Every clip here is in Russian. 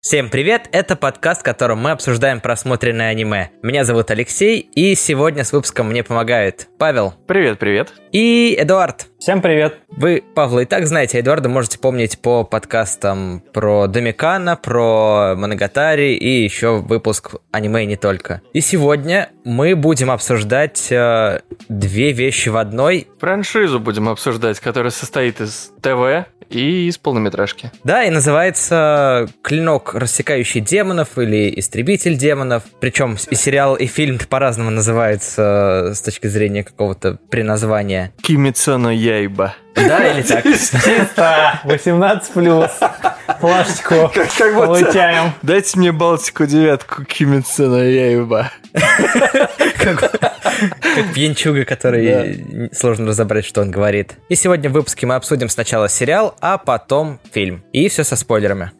Всем привет, это подкаст, в котором мы обсуждаем просмотренное аниме. Меня зовут Алексей, и сегодня с выпуском мне помогают Павел Привет, привет. и Эдуард. Всем привет. Вы, Павла, и так знаете, а Эдуарда можете помнить по подкастам про Домикана, про Манагатари и еще выпуск аниме и не только. И сегодня мы будем обсуждать э, две вещи в одной. Франшизу будем обсуждать, которая состоит из ТВ и из полнометражки. Да, и называется «Клинок, рассекающий демонов» или «Истребитель демонов». Причем и сериал, и фильм по-разному называются э, с точки зрения какого-то преназвания. Кимицано Яйба. Да, или так? Чисто 18 плюс. Плашечку как будто- получаем. Дайте мне Балтику девятку Кимицано Яйба. Как пьянчуга, который сложно разобрать, что он говорит. И сегодня в выпуске мы обсудим сначала сериал, а потом фильм. И все со спойлерами.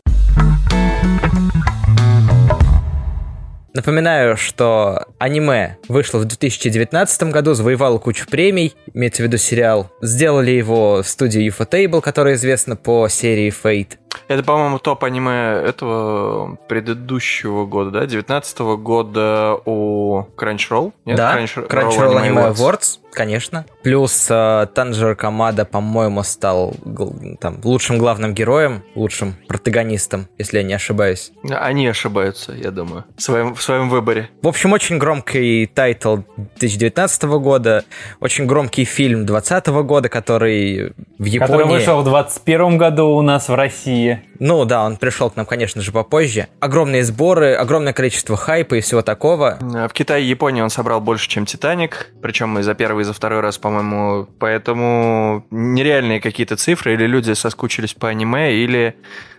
Напоминаю, что аниме вышло в 2019 году, завоевало кучу премий, имеется в виду сериал. Сделали его в студии Ufotable, которая известна по серии Fate. Это, по-моему, топ аниме этого предыдущего года, да? 19 года у Crunchyroll? Нет, да, Crunchyroll Crunchyroll Anime Anime Awards. Awards, конечно. Плюс э, Танжер Камада, по-моему, стал гл- там, лучшим главным героем, лучшим протагонистом, если я не ошибаюсь. Они ошибаются, я думаю, в своем, в своем выборе. В общем, очень громкий тайтл 2019 года, очень громкий фильм 2020 года, который в Японии... Который вышел в 21 году у нас в России. Ну да, он пришел к нам, конечно же, попозже. Огромные сборы, огромное количество хайпа и всего такого. Э, В Китае и Японии он собрал больше, чем Титаник, причем и за первый, и за второй раз, по-моему, поэтому нереальные какие-то цифры, или люди соскучились по аниме, или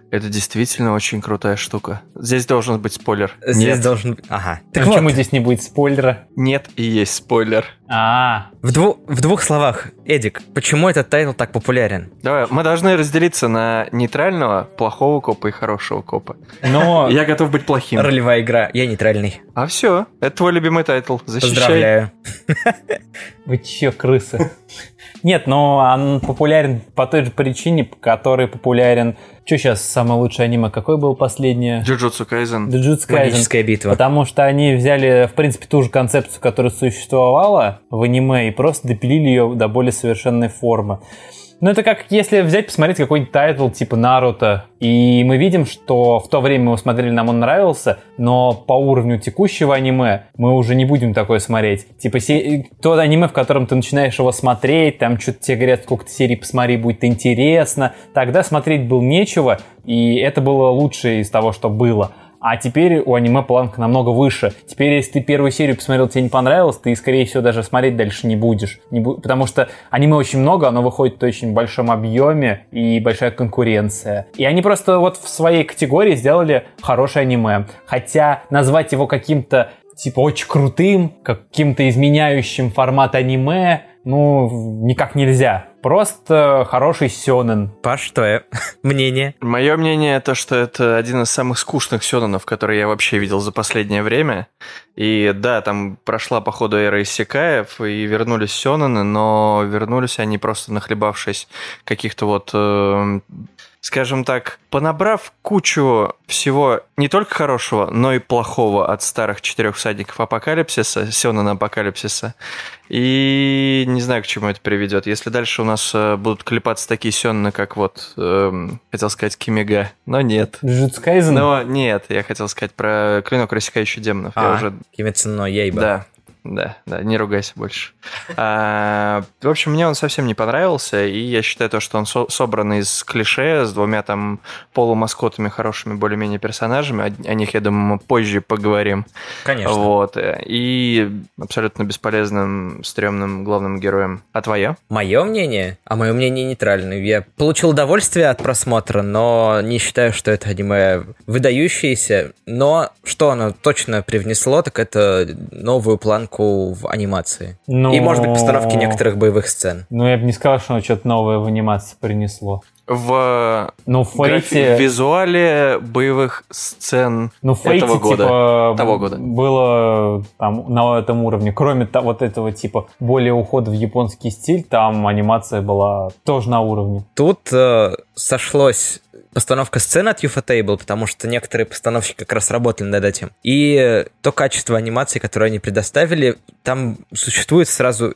это действительно очень крутая штука. Здесь должен быть спойлер. Здесь нет, должен... Ага. Так вот, А Почему здесь не будет спойлера? нет и есть спойлер. А, в, дву- в двух словах, Эдик, почему этот тайтл так популярен? Давай, мы должны разделиться на нейтрального, плохого копа и хорошего копа. но Я готов быть плохим. Ролевая игра, я нейтральный. А все, это твой любимый тайтл. Защищай. Поздравляю. вы чё, крысы? Нет, но он популярен по той же причине, по которой популярен... Чё сейчас самое лучшее аниме? Какое было последнее? Джуджутсу Кайзен. Джуджутс Кайзен. Магическая битва. Потому что они взяли, в принципе, ту же концепцию, которая существовала в аниме, и просто допилили ее до более совершенной формы. Ну, это как если взять, посмотреть какой-нибудь тайтл типа Наруто. И мы видим, что в то время мы его смотрели, нам он нравился, но по уровню текущего аниме мы уже не будем такое смотреть. Типа се- то аниме, в котором ты начинаешь его смотреть, там что-то тебе говорят, сколько ты серий посмотри, будет интересно. Тогда смотреть было нечего, и это было лучшее из того, что было. А теперь у аниме планка намного выше. Теперь, если ты первую серию посмотрел, тебе не понравилось, ты, скорее всего, даже смотреть дальше не будешь. Не бу- Потому что аниме очень много, оно выходит в очень большом объеме и большая конкуренция. И они просто вот в своей категории сделали хорошее аниме. Хотя назвать его каким-то типа очень крутым, каким-то изменяющим формат аниме, ну, никак нельзя. Просто хороший сёнэн. Паш, твое мнение? Мое мнение это, что это один из самых скучных сёнэнов, которые я вообще видел за последнее время. И да, там прошла походу эра Иссякаев, и вернулись сёнэны, но вернулись они просто нахлебавшись каких-то вот, эм, скажем так, понабрав кучу всего не только хорошего, но и плохого от старых четырех всадников апокалипсиса, сёнэна апокалипсиса. И не знаю, к чему это приведет. Если дальше у нас э, будут клепаться такие сёнэны, как вот, эм, хотел сказать, Кимига, но нет. Джутс Кайзен. Ну, Но нет, я хотел сказать про клинок, рассекающий демонов. Я А. типа. уже Кимицу но Яйба. да, да, да, не ругайся больше. А, в общем, мне он совсем не понравился, и я считаю то, что он со- собран из клише с двумя там полумаскотами, хорошими более-менее персонажами. О, о них, я думаю, мы позже поговорим. Конечно. Вот. э, И абсолютно бесполезным, стрёмным главным героем. А твое? Мое мнение? А мое мнение нейтральное. Я получил удовольствие от просмотра, но не считаю, что это аниме выдающееся. Но что оно точно привнесло, так это новую планку в анимации. Ну... И, может быть, постановки некоторых боевых сцен. Ну, я бы не сказал, что оно что-то новое в анимации принесло. В Ну, в графи- фейте... визуале боевых сцен Ну, в фейте, этого года. типа, Того года. было там на этом уровне. Кроме то- вот этого, типа, более ухода в японский стиль, там анимация была тоже на уровне. Тут э, сошлось постановка сцены от UFO Table, потому что некоторые постановщики как раз работали над этим, и то качество анимации, которое они предоставили, там существует сразу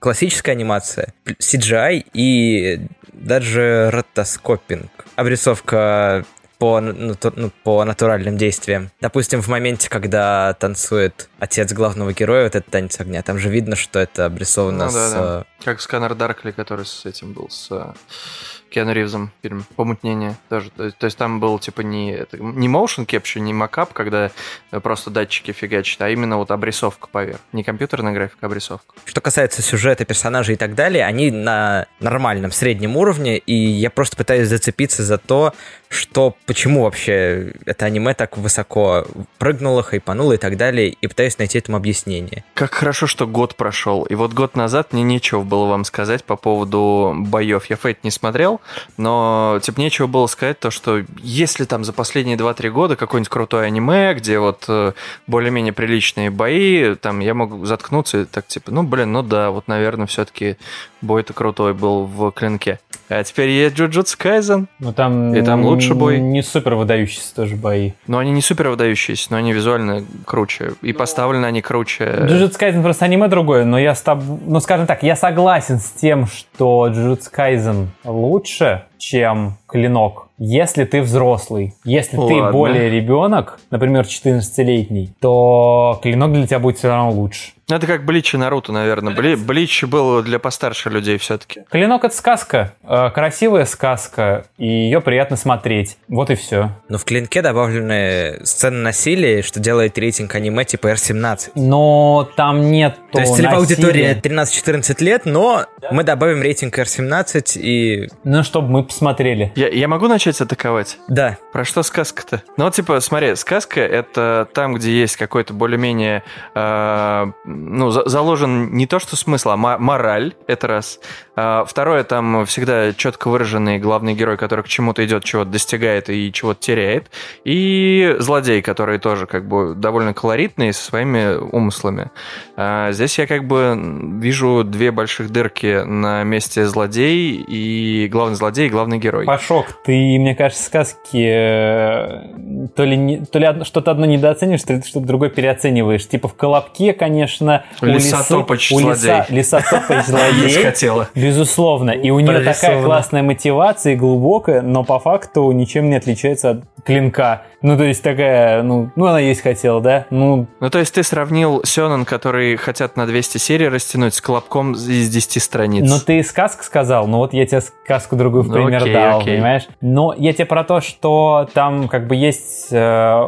классическая анимация, CGI и даже ротоскопинг. Обрисовка по, нату, ну, по натуральным действиям. Допустим, в моменте, когда танцует отец главного героя, вот этот танец огня, там же видно, что это обрисовано Ну с... да, да. Как сканер Даркли, который с этим был, с э, Киану Ривзом фильм «Помутнение» тоже. То, есть- то есть там был типа не, это, не motion capture, не макап, когда э, просто датчики фигачат, а именно вот обрисовка поверх. Не компьютерная графика, а обрисовка. Что касается сюжета, персонажей и так далее, они на нормальном среднем уровне, и я просто пытаюсь зацепиться за то, что почему вообще это аниме так высоко прыгнуло, хайпануло и так далее, и пытаюсь найти этому объяснение. Как хорошо, что год прошел. И вот год назад мне нечего было вам сказать по поводу боев. Я Фейт не смотрел, но типа нечего было сказать то, что если там за последние 2-3 года какое-нибудь крутое аниме, где вот э, более-менее приличные бои, там я мог заткнуться и так типа, ну блин, ну да, вот наверное все-таки бой-то крутой был в клинке. А теперь есть Джуджутс Кайзен. Ну там... И там лучше бой. Не супер выдающиеся тоже бои. Но они не супер выдающиеся, но они визуально круче. И поставлены они Э, круче. Джуджутс Кайзен просто аниме другое, но я с тоб- ну скажем так, я согласен с тем, что Джуджутс Кайзен лучше, чем Клинок. Если ты взрослый, если Ладно. ты более ребенок, например, 14-летний, то Клинок для тебя будет все равно лучше. Ну, Это как Блич и Наруто, наверное. Бли- Блич был для постарше людей все-таки. Клинок это сказка, э, красивая сказка, и ее приятно смотреть. Вот и все. Но в клинке добавлены сцены насилия, что делает рейтинг аниме типа R17. Но там нет. То есть целевая аудитория 13-14 лет, но мы добавим рейтинг R17 и... Ну, чтобы мы посмотрели. Я, я могу начать атаковать? Да, Про что сказка-то? Ну, вот, типа, смотри, сказка — это там, где есть какой-то более-менее, э, ну, за- заложен не то что смысл, а мо- мораль, это раз. А, второе, там всегда четко выраженный главный герой, который к чему-то идет, чего-то достигает и чего-то теряет. И злодей, который тоже как бы довольно колоритный, со своими умыслами. А, здесь я как бы вижу две больших дырки на месте злодей и главный злодей и главный герой. Пашок, ты, мне кажется, сказки э, то ли, не- то ли одно- что-то одно недооцениваешь, то ли ты что-то другое переоцениваешь. Типа в Колобке, конечно, у Лиса лисы- Топач у злодей. лиса, лиса Топач Есть злодей. хотела. Безусловно, и у нее такая Прорисовано. классная мотивация и глубокая, но по факту ничем не отличается от клинка. Ну, то есть такая, ну, ну она есть хотела, да? Ну, Ну, то есть ты сравнил Сёнэн, который хотят на 200 серий растянуть, с Колобком из 10 страниц. Но Ну, ты сказку сказал, ну вот я тебе сказку другую в Ну, пример окей, дал, окей. понимаешь? Но я тебе про то, что там как бы есть э,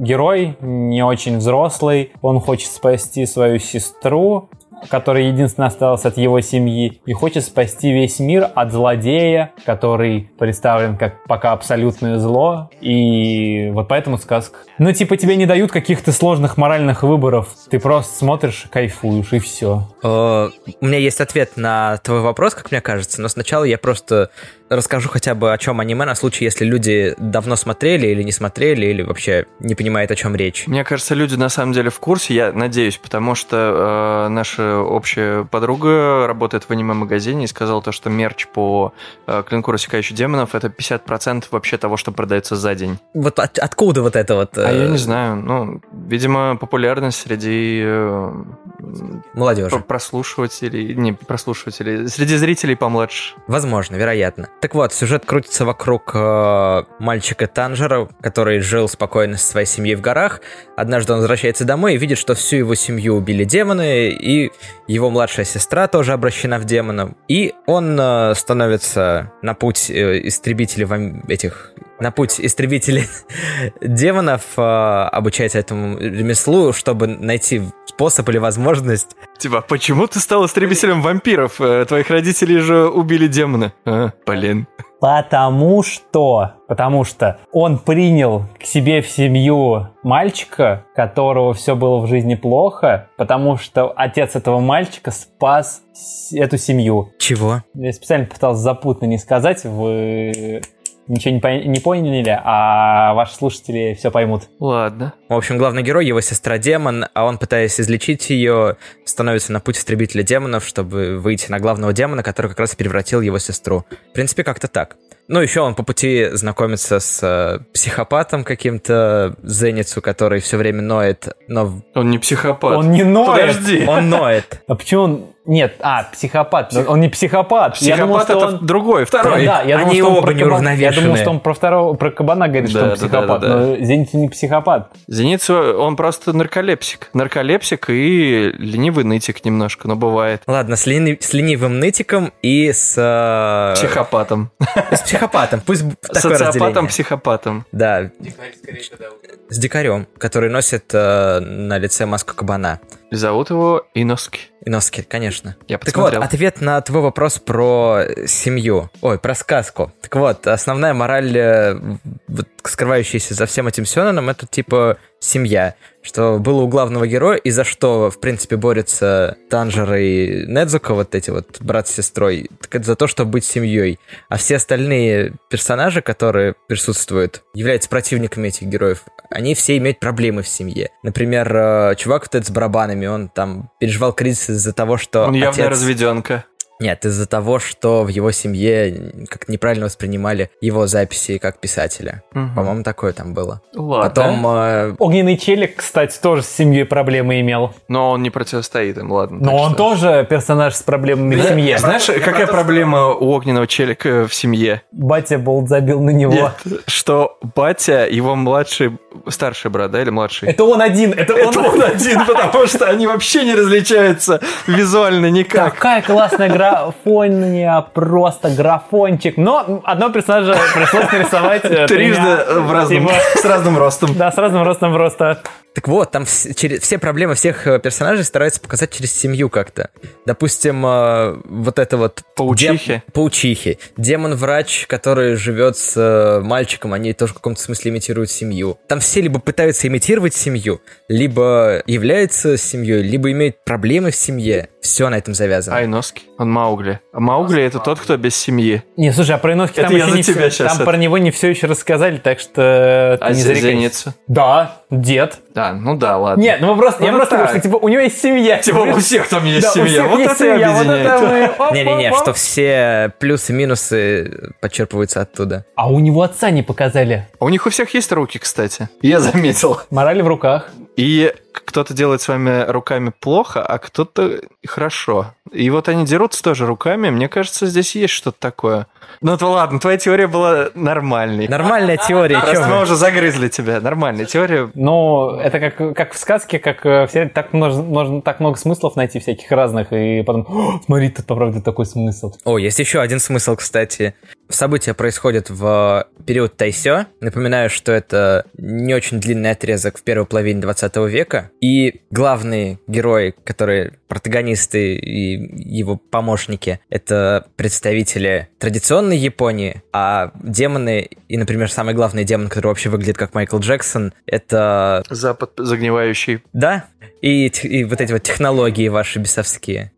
герой, не очень взрослый, он хочет спасти свою сестру, которая единственная осталась от его семьи, и хочет спасти весь мир от злодея, который представлен как пока абсолютное зло, и вот поэтому сказка. Ну, типа, тебе не дают каких-то сложных моральных выборов, ты просто смотришь, и кайфуешь, и все. Э, У меня есть ответ на твой вопрос, как мне кажется, но сначала я просто расскажу хотя бы о чем аниме на случай, если люди давно смотрели или не смотрели, или вообще не понимают, о чем речь. Мне кажется, люди на самом деле в курсе, я надеюсь, потому что э, наша общая подруга работает в аниме-магазине и сказала то, что мерч по э, клинку рассекающих демонов это 50% вообще того, что продается за день. Вот от- откуда вот это вот э, А я не знаю, ну, видимо, популярность среди э, молодежь? про- прослушивателей, не прослушивателей, среди зрителей помладше. Возможно, вероятно. Так вот, сюжет крутится вокруг э, мальчика Танжера, который жил спокойно со своей семьей в горах. Однажды он возвращается домой и видит, что всю его семью убили демоны, и его младшая сестра тоже обращена в демона. И он э, становится на путь э, истребителей вам- этих на путь истребителей демонов, э, обучается этому ремеслу, чтобы найти способ или возможность Типа, почему ты стал истребителем вампиров? Э, Твоих родителей же убили демона. А, блин. Потому что, потому что он принял к себе в семью мальчика, которого все было в жизни плохо, потому что отец этого мальчика спас с- эту семью. чего? Я специально пытался запутно не сказать, вы ничего не, пон- не поняли, а ваши слушатели все поймут. Ладно. В общем, главный герой, его сестра демон, а он, пытаясь излечить ее, становится на путь истребителя демонов, чтобы выйти на главного демона, который как раз перевратил его сестру. В принципе, как-то так. Ну, еще он по пути знакомится с э, психопатом каким-то, Зеницу, который все время ноет, но... Он не психопат. Он не ноет. Подожди. Он ноет. А почему он... Нет, а, психопат. Он не психопат. Я Психопат думал, что это он- другой, второй. Ну Да, я думал, Они что он оба про кабана- Я неуравновешенные. думал, что он про второго, про кабана говорит, что Да, он да, да, психопат. да, да. Но Зенит не психопат. Зеницу, он просто нарколепсик. Нарколепсик и ленивый нытик немножко, но бывает. Ладно, с, лени- с ленивым нытиком и с... э, Психопатом. С психопатом. Пусть б- такое разделение. Социопатом-психопатом. Да. С дикарем, который носит э, на лице маску кабана. И Зовут его Иноски. И носки, конечно. Я Так вот, а посмотрел. ответ на твой вопрос про семью. Ой, про сказку. Так вот, основная мораль, э, вот скрывающаяся за всем этим Сёнаном, это типа семья. Что было у главного героя, и за что, в принципе, борются Танжер и Недзука, вот эти вот брат с сестрой, так это за то, чтобы быть семьей. А все остальные персонажи, которые присутствуют, являются противниками этих героев, они все имеют проблемы в семье. Например, э, чувак вот этот с барабанами, он там переживал кризис из-за того, что Он явно отец- разведенка. нет, из-за того, что в его семье как неправильно воспринимали его записи как писателя. По-моему, такое там было. А, Потом э, Огненный челик, кстати, тоже с семьей проблемы имел. Но он не противостоит им, ладно. Но так он что- тоже персонаж с проблемами в Да, семье. Знаешь, какая проблема у огненного челика в семье? Батя болт забил на него. Нет, что батя, его младший, старший брат, да, или младший? Это он один, это, Это он... он один, потому что они вообще не различаются визуально никак. Какая классная графония, просто графончик. Но одного персонажа пришлось нарисовать э, Трижды тремя. э, в разном, Типа, с разным ростом. Да, с разным ростом роста. Так вот, там вс- через- все проблемы всех э, персонажей стараются показать через семью как-то. Допустим, э, вот это вот... Паучихи. дем- Паучихи. Демон-врач, который живет с э, мальчиком, они тоже в каком-то смысле имитируют семью. Там все либо пытаются имитировать семью, либо являются семьей, либо имеют проблемы в семье. Все на этом завязано. Айноски. Он Маугли. А Маугли это тот, кто без семьи. Не, слушай, а про Инохи Это там я еще за не тебя всё- щас Там это. про него не все еще рассказали, так что э, А ты не зарекайся. Зеница. Да, дед. Да, ну да, ладно. Нет, ну мы просто, я Ну просто да. говорю, что типа у него есть семья. Типа у всех там есть Да, у семья. всех Вот есть это и семья, вот это объединяет. мы- оп, Не-не-не, оп, оп. что все плюсы-минусы э, подчерпываются оттуда. А у него отца не показали. А У них у всех есть руки, кстати. Я заметил. Мораль в руках. И кто-то делает с вами руками плохо, а кто-то хорошо. И вот они дерутся тоже руками. Мне кажется, здесь есть что-то такое. Ну то ладно, твоя теория была нормальной. Нормальная теория, Раз чё вы? мы уже загрызли тебя. Нормальная теория. Ну, это как, как в сказке, как э, в сериале, так можно, можно так много смыслов найти всяких разных, и потом, «О, смотри, тут по правде такой смысл. О, есть еще один смысл, кстати. События происходят в э, период Тайсё. Напоминаю, что это не очень длинный отрезок в первой половине 20 века. И главные герои, которые протагонисты и его помощники, это представители традиционной Японии, а демоны, и, например, самый главный демон, который вообще выглядит как Майкл Джексон, это... Запад загнивающий. Да? И, те- и вот эти вот технологии ваши бесовские.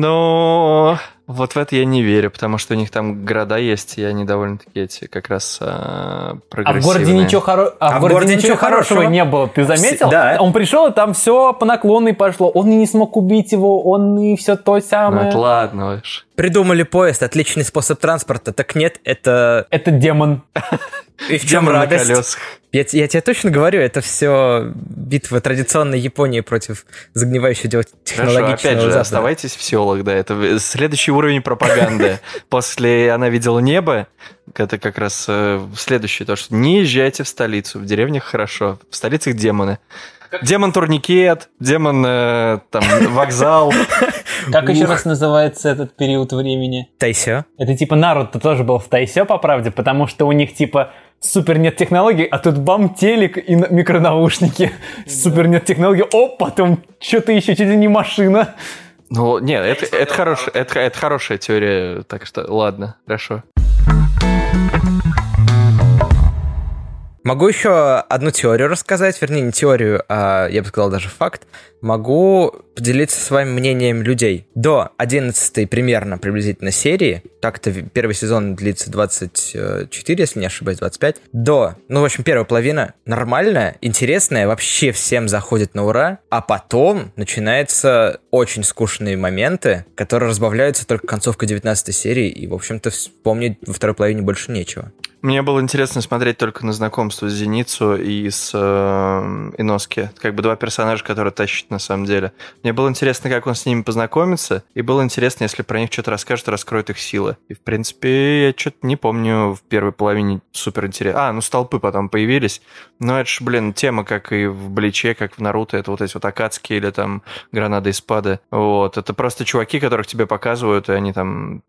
Но вот в это я не верю, потому что у них там города есть, и они довольно-таки эти как раз а, А в прогрессивные. городе ничего, хоро- а в городе ничего хорошего не было, ты заметил? Да. Он пришел, и там все по наклонной пошло. Он и не смог убить его, он и все то Ну, самое. это ладно уж. Придумали поезд, отличный способ транспорта. Так нет, это... это демон. И в чем Демон на радость? колесах. Я, те- я тебе точно говорю, это все битва традиционной Японии против загнивающего дел- Хорошо, технологичного опять же, Запада. оставайтесь в селах, да, это в- следующий уровень пропаганды. После «Она видела небо», это как раз э, следующее, то, что не езжайте в столицу, в деревнях хорошо, в столицах демоны. Демон турникет, демон э, там вокзал. Как еще Ух. раз называется этот период времени? Тайсё. Это типа Наруто тоже был в Тайсе, по правде, потому что у них типа супер нет технологий, а тут бам, телек и на- микронаушники. Супер нет технологий, оп, потом что-то еще, чуть ли не машина. Ну, нет, это, это, хорош- это, это хорошая теория, так что ладно, хорошо. Могу еще одну теорию рассказать, вернее, не теорию, а я бы сказал даже факт. Могу поделиться с вами мнением людей. До 11 примерно приблизительно серии, так-то первый сезон длится 24, если не ошибаюсь, 25, до, ну, в общем, первая половина нормальная, интересная, вообще всем заходит на ура, а потом начинаются очень скучные моменты, которые разбавляются только концовкой 19 серии, и, в общем-то, вспомнить во второй половине больше нечего. Мне было интересно смотреть только на знакомство с Зеницу и с э, Иноски. Как бы два персонажа, которые тащат на самом деле. Мне было интересно, как он с ними познакомится, и было интересно, если про них что-то расскажет, раскроет их силы. И, в принципе, я что-то не помню в первой половине супер интересно. А, ну, столпы потом появились. Но это же, блин, тема, как и в Бличе, как в Наруто. Это вот эти вот Акацки или там Гранады и Спады. Вот. Это просто чуваки, которых тебе показывают, и они там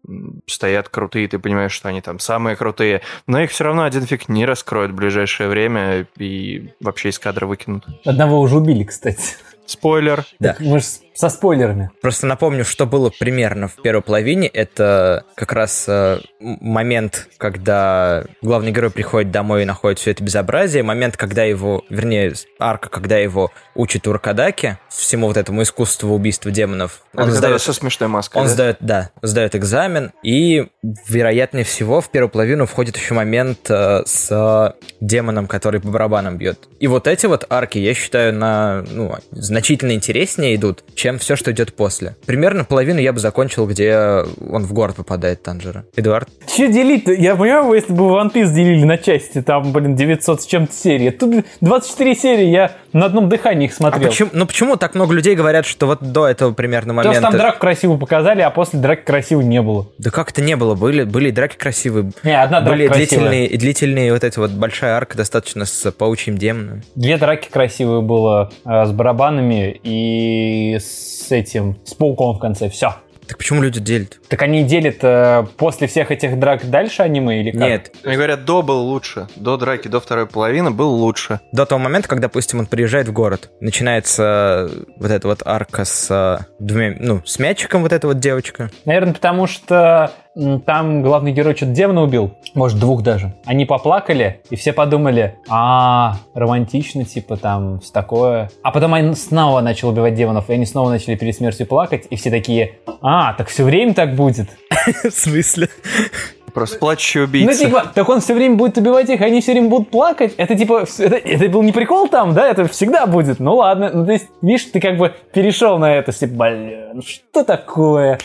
стоят крутые, и ты понимаешь, что они там самые крутые. Но их все равно один фиг не раскроет в ближайшее время и вообще из кадра выкинут. Одного уже убили, кстати. Спойлер. Да. Так мы же со спойлерами. Просто напомню, что было примерно в первой половине. Это как раз э, момент, когда главный герой приходит домой и находит все это безобразие. Момент, когда его, вернее, арка, когда его учат Уркадаки всему вот этому искусству убийства демонов. Он это сдает, со смешной маской. Он да? сдает, да, сдает экзамен. И, вероятнее всего, в первую половину входит еще момент э, с демоном, который по барабанам бьет. И вот эти вот арки, я считаю, на, ну, значительно интереснее идут, чем все, что идет после. Примерно половину я бы закончил, где он в город попадает, Танжера. Эдуард? Че делить-то? Я понимаю, если бы One Piece делили на части, там, блин, 900 с чем-то серии. Тут 24 серии, я на одном дыхании их смотрел. А почему, ну почему так много людей говорят, что вот до этого примерно момента... Потому что там драку красиво показали, а после драки красиво не было. Да как это не было? Были, были драки красивые. Не, одна драка были красивая. длительные, и длительные вот эти вот большая арка достаточно с паучьим демоном. Две драки красивые было э, с барабанами и с этим, с пауком в конце. Все. Так почему люди делят? Так они делят э, после всех этих драк дальше аниме или как? Нет. Мне говорят, до был лучше. До драки, до второй половины был лучше. До того момента, когда, допустим, он приезжает в город. Начинается э, вот эта вот арка с двумя... Ну, с мячиком вот эта вот девочка. Наверное, потому что там главный герой что-то демона убил, может, двух даже. Они поплакали, и все подумали, а, романтично, типа, там, все такое. А потом он снова начал убивать демонов, и они снова начали перед смертью плакать, и все такие, а, так все время так будет. В смысле? Просто плачущий убийца. Ну, типа, так он все время будет убивать их, они все время будут плакать. Это, типа, это, это был не прикол там, да? Это всегда будет. Ну, ладно. Ну, то есть, видишь, ты как бы перешел на это, типа, блин, что такое?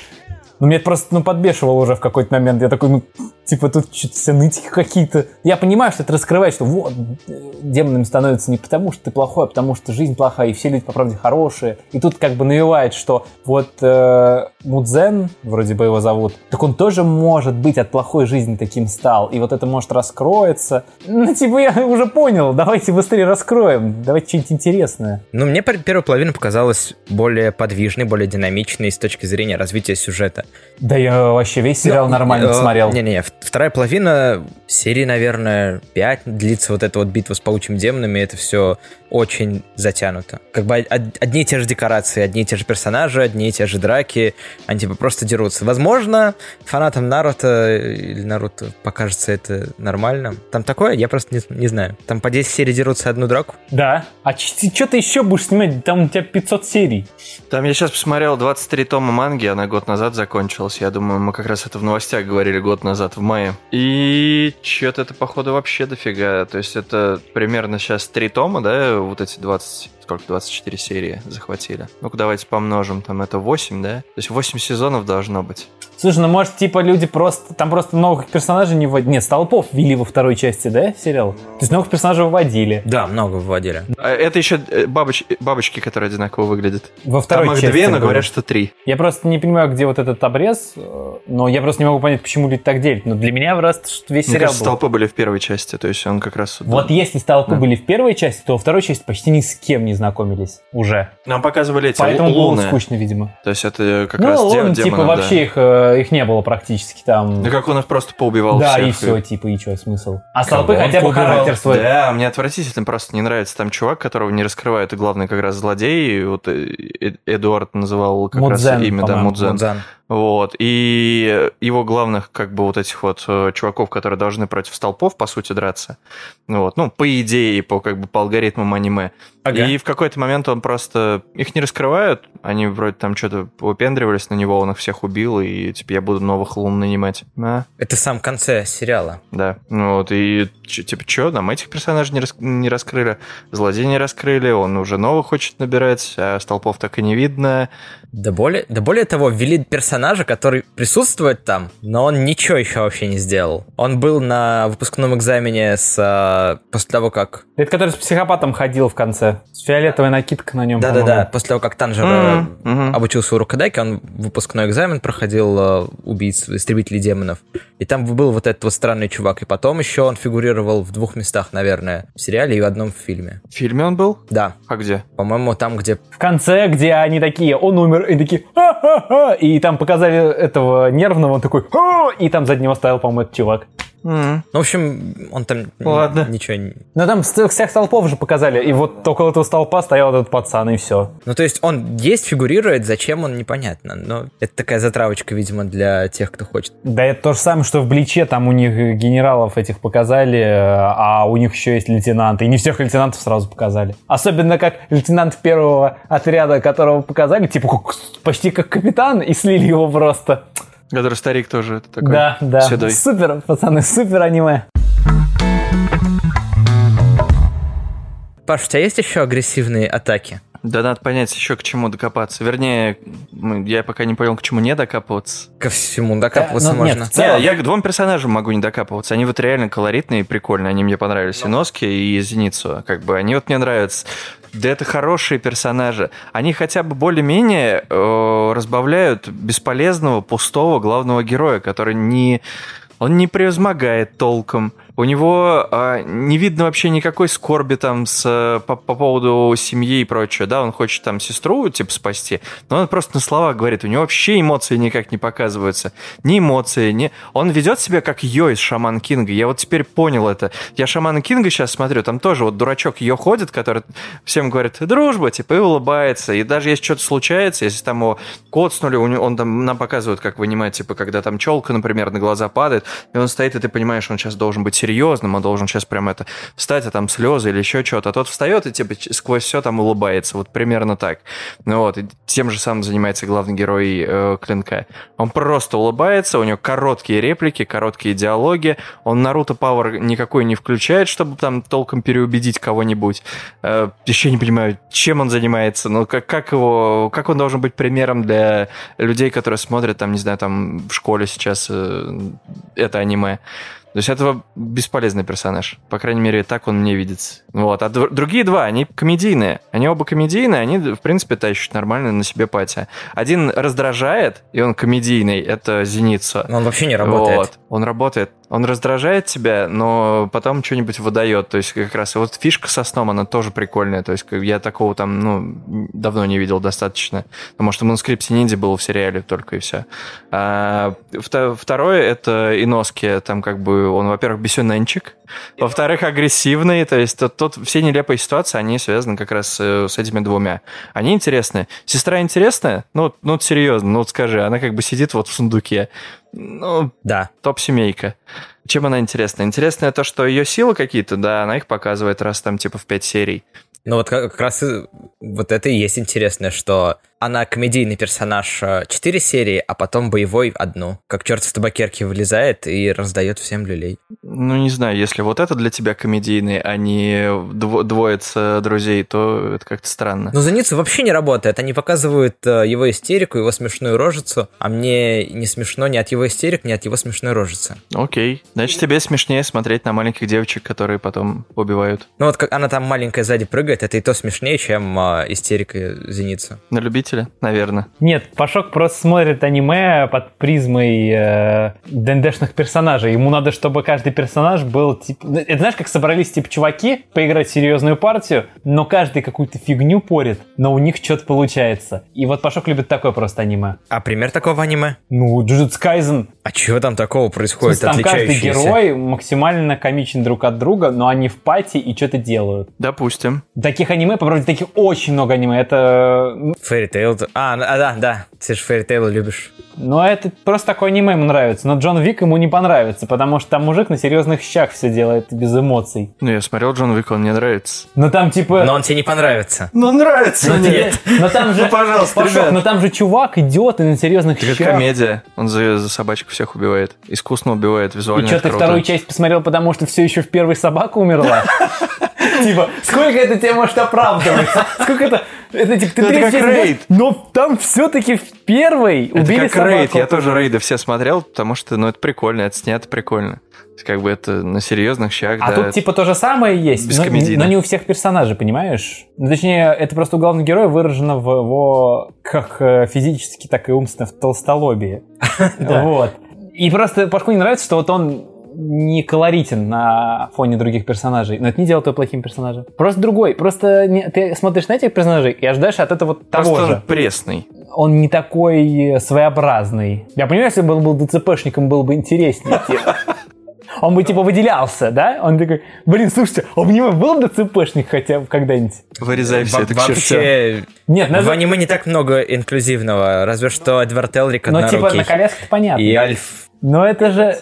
Ну, меня это просто ну, подбешивало уже в какой-то момент. Я такой, ну, типа, тут что-то все нытики какие-то. Я понимаю, что это раскрывает, что вот, демонами становится не потому, что ты плохой, а потому, что жизнь плохая, и все люди, по правде, хорошие. И тут как бы навевает, что вот э, Мудзен, вроде бы его зовут, так он тоже, может быть, от плохой жизни таким стал. И вот это, может, раскроется. Ну, типа, я уже понял, давайте быстрее раскроем, давайте что-нибудь интересное. Ну, мне первая половина показалась более подвижной, более динамичной с точки зрения развития сюжета. Да я вообще весь сериал ну, нормально э, смотрел. Не-не, вторая половина серии, наверное, 5 длится вот эта вот битва с паучьими демонами, это все очень затянуто. Как бы одни и те же декорации, одни и те же персонажи, одни и те же драки, они типа просто дерутся. Возможно, фанатам Наруто э, или Наруто покажется это нормальным. Там такое, я просто не, не знаю. Там по 10 серий дерутся одну драку. Да. А что ты еще будешь снимать? Там у тебя 500 серий. Там я сейчас посмотрел 23 тома манги, она год назад закончилась. Я думаю, мы как раз это в новостях говорили год назад, в мае. И что-то это, походу, вообще дофига. То есть это примерно сейчас 3 тома, да, вот эти 20 сколько, 24 серии захватили. Ну-ка, давайте помножим, там это 8, да? То есть 8 сезонов должно быть. Слушай, ну может, типа, люди просто... Там просто новых персонажей не вводили. Нет, столпов ввели во второй части, да, сериал? То есть новых персонажей вводили. Да, много вводили. А это еще бабоч... бабочки, которые одинаково выглядят. Во второй там их части. две, но говорят, что три. Я просто не понимаю, где вот этот обрез, э, но я просто не могу понять, почему люди так делят. Но для меня раз весь Мне сериал кажется, столпы были в первой части, то есть он как раз... Вот если столпы Да. были в первой части, то во второй части почти ни с кем не не знакомились уже. Нам показывали эти Поэтому лу- луны. было скучно, видимо. То есть это как ну, раз лун, демон, типа, вообще их, э, их не было практически там. Да как он их просто поубивал Да, всех. и все, типа, и что, смысл? Кого А столпы он хотя бы поубивал? характер свой. Да, мне отвратительно просто не нравится там чувак, которого не раскрывают, и главный как раз злодей, и вот э, Э- Эдуард называл как Мудзен, раз имя, да, по-моему, Мудзен. Мудзан. Вот, и его главных, как бы, вот этих вот э, чуваков, которые должны против столпов, по сути, драться, вот, ну, по идее, по, как бы, по алгоритмам аниме. Ага. И в какой-то момент он просто... Их не раскрывают, они вроде там что-то выпендривались на него, он их всех убил, и, типа, я буду новых лун нанимать. А? Это в самом конце сериала. Да, ну вот, и ч- типа, что, нам этих персонажей не, рас- не раскрыли, злодея не раскрыли, он уже новых хочет набирать, а столпов так и не видно. Да более, да более того, ввели персонажа, который присутствует там, но он ничего еще вообще не сделал. Он был на выпускном экзамене с а, после того, как... Это который с психопатом ходил в конце. С фиолетовой накидкой на нем, Да-да-да, после того, как Танжер э, Мгм, мгм. обучился у Рукадаки, он выпускной экзамен проходил э, убийц, истребителей демонов. И там был вот этот вот странный чувак. И потом еще он фигурировал в двух местах, наверное, в сериале и в одном фильме. В фильме он был? Да, А где? по-моему, там, где... В конце, где они такие, он умер, и такие, «Ха-ха-ха!» и там показали этого нервного, он такой, «Ха!» и там за него стоял, по-моему, этот чувак. М. Ну, в общем, он там н- Ладно. ничего... не- Но там с- всех столпов же показали, и вот около этого столпа стоял этот пацан, и все. Ну, то есть он есть, фигурирует, зачем он, непонятно. Но это такая затравочка, видимо, для тех, кто хочет. Да это то же самое, что в Бличе, там у них генералов этих показали, э, а у них еще есть лейтенанты. И не всех лейтенантов сразу показали. Особенно как лейтенант первого отряда, которого показали, типа как- почти как капитан, и слили его просто. Который старик тоже это такой. да, да. седой. Супер, пацаны, супер аниме. Паш, у тебя есть еще агрессивные атаки? Да надо понять еще к чему докопаться. Вернее, м, я пока не понял, к чему не докапываться. Ко всему докапываться Да, ну, нет, можно. В целом. Не, я к двум персонажам могу не докапываться. Они вот реально колоритные и прикольные. Они мне понравились. И Носки, и Зеницу. Как бы они вот мне нравятся. Да это хорошие персонажи. Они хотя бы более-менее э, разбавляют бесполезного, пустого главного героя, который не... Он не превозмогает толком. У него э, не видно вообще никакой скорби там с, э, по, по поводу семьи и прочее. Да, он хочет там сестру, типа, спасти, но он просто на словах говорит. У него вообще эмоции никак не показываются. Ни эмоции, ни... Он ведет себя как Йо из Шаман Кинга. Я вот теперь понял это. Я Шамана Кинга сейчас смотрю, там тоже вот дурачок Йо ходит, который всем говорит «дружба», типа, и улыбается. И даже если что-то случается, если там его коцнули, у него- он там нам показывает, как в аниме, типа, когда там челка, например, на глаза падает, и он стоит, и ты понимаешь, он сейчас должен быть серьезным, он должен сейчас прям это встать, а там слезы или еще что-то. А тот встает и типа ч- сквозь все там улыбается. Вот примерно так. Ну вот, и тем же самым занимается главный герой э, Клинка. Он просто улыбается, у него короткие реплики, короткие диалоги. Он Наруто Пауэр никакой не включает, чтобы там толком переубедить кого-нибудь. Э, еще не понимаю, чем он занимается, ну как, как его, как он должен быть примером для людей, которые смотрят там, не знаю, там в школе сейчас э, это аниме. То есть это бесполезный персонаж. По крайней мере, так он мне видится. Вот. А др- другие два, они комедийные. Они оба комедийные, они, в принципе, тащат нормально на себе пати. Один раздражает, и он комедийный, это Зеница. Он вообще не работает. Вот, он работает. Он раздражает тебя, но потом что-нибудь выдает. То есть как раз и вот фишка со сном, она тоже прикольная. То есть как я такого там, ну, давно не видел достаточно. Потому что Moonscript Ниндзя было в сериале только и все. второе — это Иноски. Там как бы он, во-первых, бесюненчик, во-вторых, агрессивный. То есть тот, тот- все нелепые ситуации, они связаны как раз э, с этими двумя. Они интересны. Сестра интересная? Ну, вот- ну вот серьезно, ну вот скажи. Она как бы сидит вот в сундуке. Ну, Да. топ-семейка. Чем она интересна? Интересно то, что ее силы какие-то, да, она их показывает раз там типа в 5 серий. Ну вот как как раз и- вот это и есть интересное, что она комедийный персонаж 4 серии, а потом боевой одну. Как черт с табакерки вылезает и раздает всем люлей. Ну, не знаю, если вот это для тебя комедийный, а не дво- двоица друзей, то это как-то странно. Но Зеницу вообще не работает. Они показывают э, его истерику, его смешную рожицу, а мне не смешно ни от его истерик, ни от его смешной рожицы. Окей. Значит, тебе смешнее смотреть на маленьких девочек, которые потом убивают. Ну вот как она там маленькая сзади прыгает, это и то смешнее, чем э, а, истерика Зеница. На любителя. слушатели, наверное. Нет, Пашок просто смотрит аниме под призмой э, ДНДшных персонажей. Ему надо, чтобы каждый персонаж был типа... ну, Это знаешь, как собрались типа чуваки поиграть в серьезную партию, но каждый какую-то фигню порит, но у них что-то получается. И вот Пашок любит такое просто аниме. А пример такого аниме? Ну, Джуджутс Кайзен, А чего там такого в смысле, происходит, там каждый отличающееся? герой максимально комичен друг от друга, но они в пати и что-то делают. Допустим. Таких аниме, по правде, таких очень много аниме. Это ну, Fairy Tail. А, ну, а, да, да. Ты же Fairy Tail любишь. Ну, это просто такое аниме ему нравится. Но Джон Вик ему не понравится, потому что там мужик на серьезных щах все делает без эмоций. Ну, я смотрел Джон Вик, он мне нравится. Но там типа... Но он тебе не понравится. Ну, нравится Ну, тебе- но там же... Ну, пожалуйста, Пашок, ребят. но там же чувак идет и на серьезных Это как щах. комедия. Он за, за собачку всех убивает. Искусно убивает, И визуально что, это ты круто. вторую часть посмотрел, потому что все еще в первой собака умерла? Типа, сколько это тебе может оправдывать? Сколько это... Это типа, ты Это третью как часть знаешь, рейд. Но там все-таки в первой Это убили как рейд. собаку. Я тоже рейды все смотрел, потому что, ну, это прикольно, это снято прикольно. То есть, Как бы это на серьезных щах, А да. тут типа то же самое есть, без но, комедийно. но не у всех персонажей, понимаешь? Ну, точнее, это просто у главного героя выражено в его как э, физически, так и умственно в толстолобии. Вот. И просто Пашку не нравится, что вот он не колоритен на фоне других персонажей. Но это не делает его плохим персонажем. Просто другой. Просто не- ты смотришь на этих персонажей и ожидаешь от этого Просто того он же. пресный. Он не такой э, своеобразный. Я понимаю, если бы он был ДЦПшником, было бы интереснее. типа. Он бы типа выделялся, да? Он такой, блин, слушайте, а у меня был ДЦПшник хотя бы когда-нибудь? Вырезай все Во- это к чертям. вообще, Нет, ну, в надо... аниме не так много инклюзивного, разве что Эдвард Элрик Но типа на однорукий. коляске понятно. И Альф. Но это же...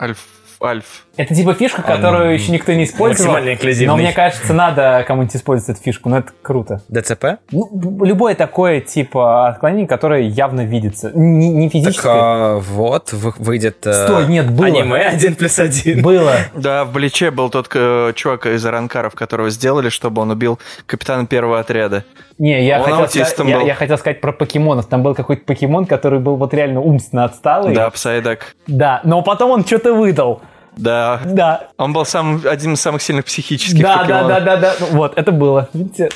Альф, Альф. Это типа фишка, которую Он еще никто не использовал. максимально инклюзивный. Но мне кажется, надо кому-нибудь использовать эту фишку, но это круто. ДЦП? Ну, б- любое такое типа отклонение, которое явно видится. Не, не Так физически. а, вот, вы- выйдет э, Стой, нет, было. аниме 1 плюс 1. Было. Да, в Бличе был тот э, чувак из Аранкаров, которого сделали, чтобы он убил капитана первого отряда. Не, я Он хотел, аутистом сказать, я, был. я хотел сказать про покемонов. Там был какой-то покемон, который был вот реально умственно отсталый. Да, Псайдак. Да, но потом он что-то выдал. Да. Да. Он был сам, один из самых сильных психических Да, да, покемонов. да, да, да. Ну, Вот, это было. Видите?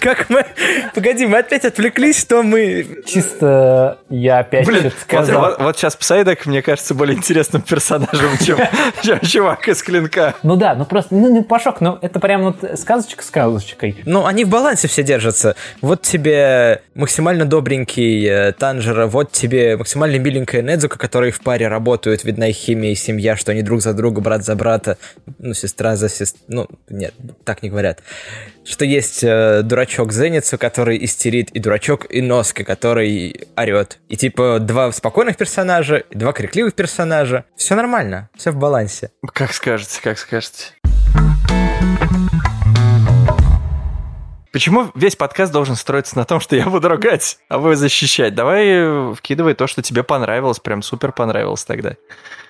Как мы... Погоди, мы опять отвлеклись, что мы... Чисто я опять Блин, что-то вот, сказал. сейчас Псайдак, мне кажется, более интересным персонажем, чем, чем чувак из Клинка. Ну да, ну просто, ну, ну, Пашок, ну это прям вот сказочка с сказочкой. Ну, они в балансе все держатся. Вот тебе максимально добренький э, Танжера, вот тебе максимально миленькая Недзука, которые в паре работают, видна их химия и семья, что они друг за друга, брат за брата, ну, сестра за сестру, ну, нет, так не говорят. Что есть э, дурачок Зеницу, который истерит, и дурачок Иноски, который орет. И типа два спокойных персонажа, и два крикливых персонажа. Все нормально, все в балансе. Как скажете, как скажете. Почему весь подкаст должен строиться на том, что я буду ругать, а вы защищать? Давай э, вкидывай то, что тебе понравилось, прям супер понравилось тогда.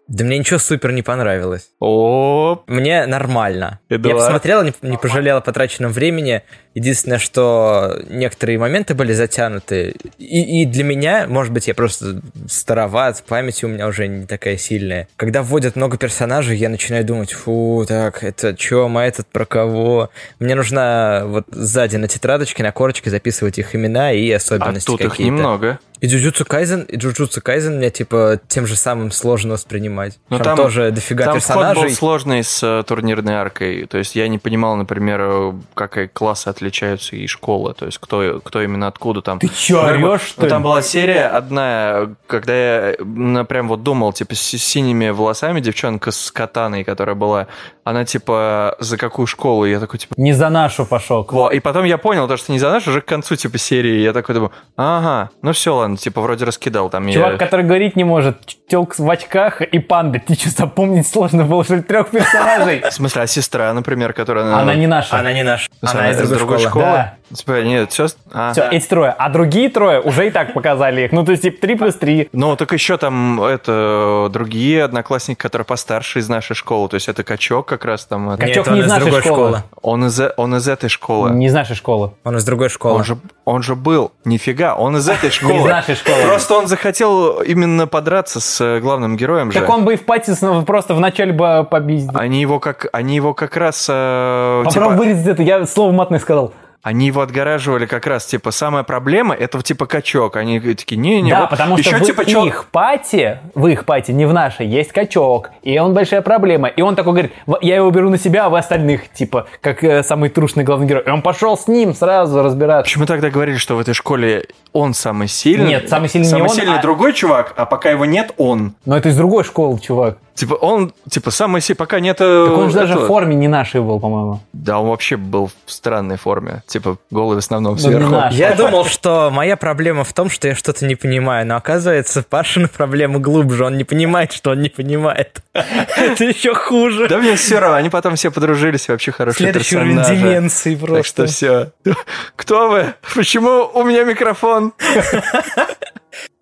Да мне ничего супер не понравилось. Оп. Мне нормально. Я Эдуард? посмотрел, не, не пожалел о потраченном времени. Единственное, что некоторые моменты были затянуты. И, и для меня, может быть, я просто староват, память у меня уже не такая сильная. Когда вводят много персонажей, я начинаю думать, фу, так, это чё, а этот про кого? Мне нужно вот сзади на тетрадочке, на корочке записывать их имена и А особенности тут их какие-то. немного. И Джуджутсу Кайзен, и Джуджутсу Кайзен мне, типа, тем же самым сложно воспринимать. Но там, Ну, там- тоже дофига Там вход был персонажей. сложный с э, турнирной аркой. То есть я не понимал, например, э, как и классы отличаются и школы. То есть кто, кто именно откуда там. Ты чё, Ну, орешь, Ну, что ли? Там была серия одна, когда я ну, прям вот думал, типа, с синими волосами девчонка с катаной, которая была, она, типа, за какую школу? И Я такой, типа, Не за нашу, Пашок. во. И потом я понял, то, что не за наш, уже к концу, типа, серии. Я такой думаю, ага, ну все, ладно, типа, вроде раскидал там. я- Чувак, который говорить не может, ч- телка в очках и панда. Ты что, запомнить сложно было, что ли, трех персонажей? В смысле, а сестра, например, которая... Она не наша. Она не наша. Она Она из другой, школы. Да. Типа, нет, все... Все, эти трое. А другие трое уже и так показали их. Ну, то есть, типа, 3 плюс 3. Ну, так еще там это другие одноклассники, которые постарше из нашей школы. То есть это качок как раз там. это- Нет, Качок не он из из нашей другой школы. школы. Он из, э- он из этой школы. Не из нашей школы. Он из другой школы. Он же, он же был. Нифига, он из этой Не из школы. нашей школы. Просто он захотел именно подраться с э, главным героем же. Так он бы и в пати с- просто вначале бы А, типа- победил. Они его как, они его как раз... э, Попробуй типа- вырезать это, я слово матное сказал. они его отгораживали как раз, типа, самая проблема — это, типа, качок. Они такие, не-не, да, вот потому что еще, в типа, их чё- пати, в их пати, не в нашей, есть качок, и он большая проблема. И он такой говорит, «В- я его беру на себя, а вы остальных, типа, как э, самый трушный главный герой. И он пошел с ним сразу разбираться. Почему тогда говорили, что в этой школе он самый сильный? Нет, самый сильный не Самый он, сильный а- другой чувак, а пока его нет, он. Но это из другой школы, чувак. Типа, он, типа, самый сильный, пока нет... э, Так он же даже этого. в форме не нашей был, по-моему. Да, он вообще был в странной форме. Типа, голый в Ну, основном не сверху. наш. Я думал, что моя проблема в том, что я что-то не понимаю, но оказывается, Пашина проблема глубже. Он не понимает, что он не понимает. Это еще хуже. Да мне все равно, они потом все подружились, вообще хорошие Следующий уровень персонажи. деменции Так что просто. все. Кто вы? Почему у меня микрофон?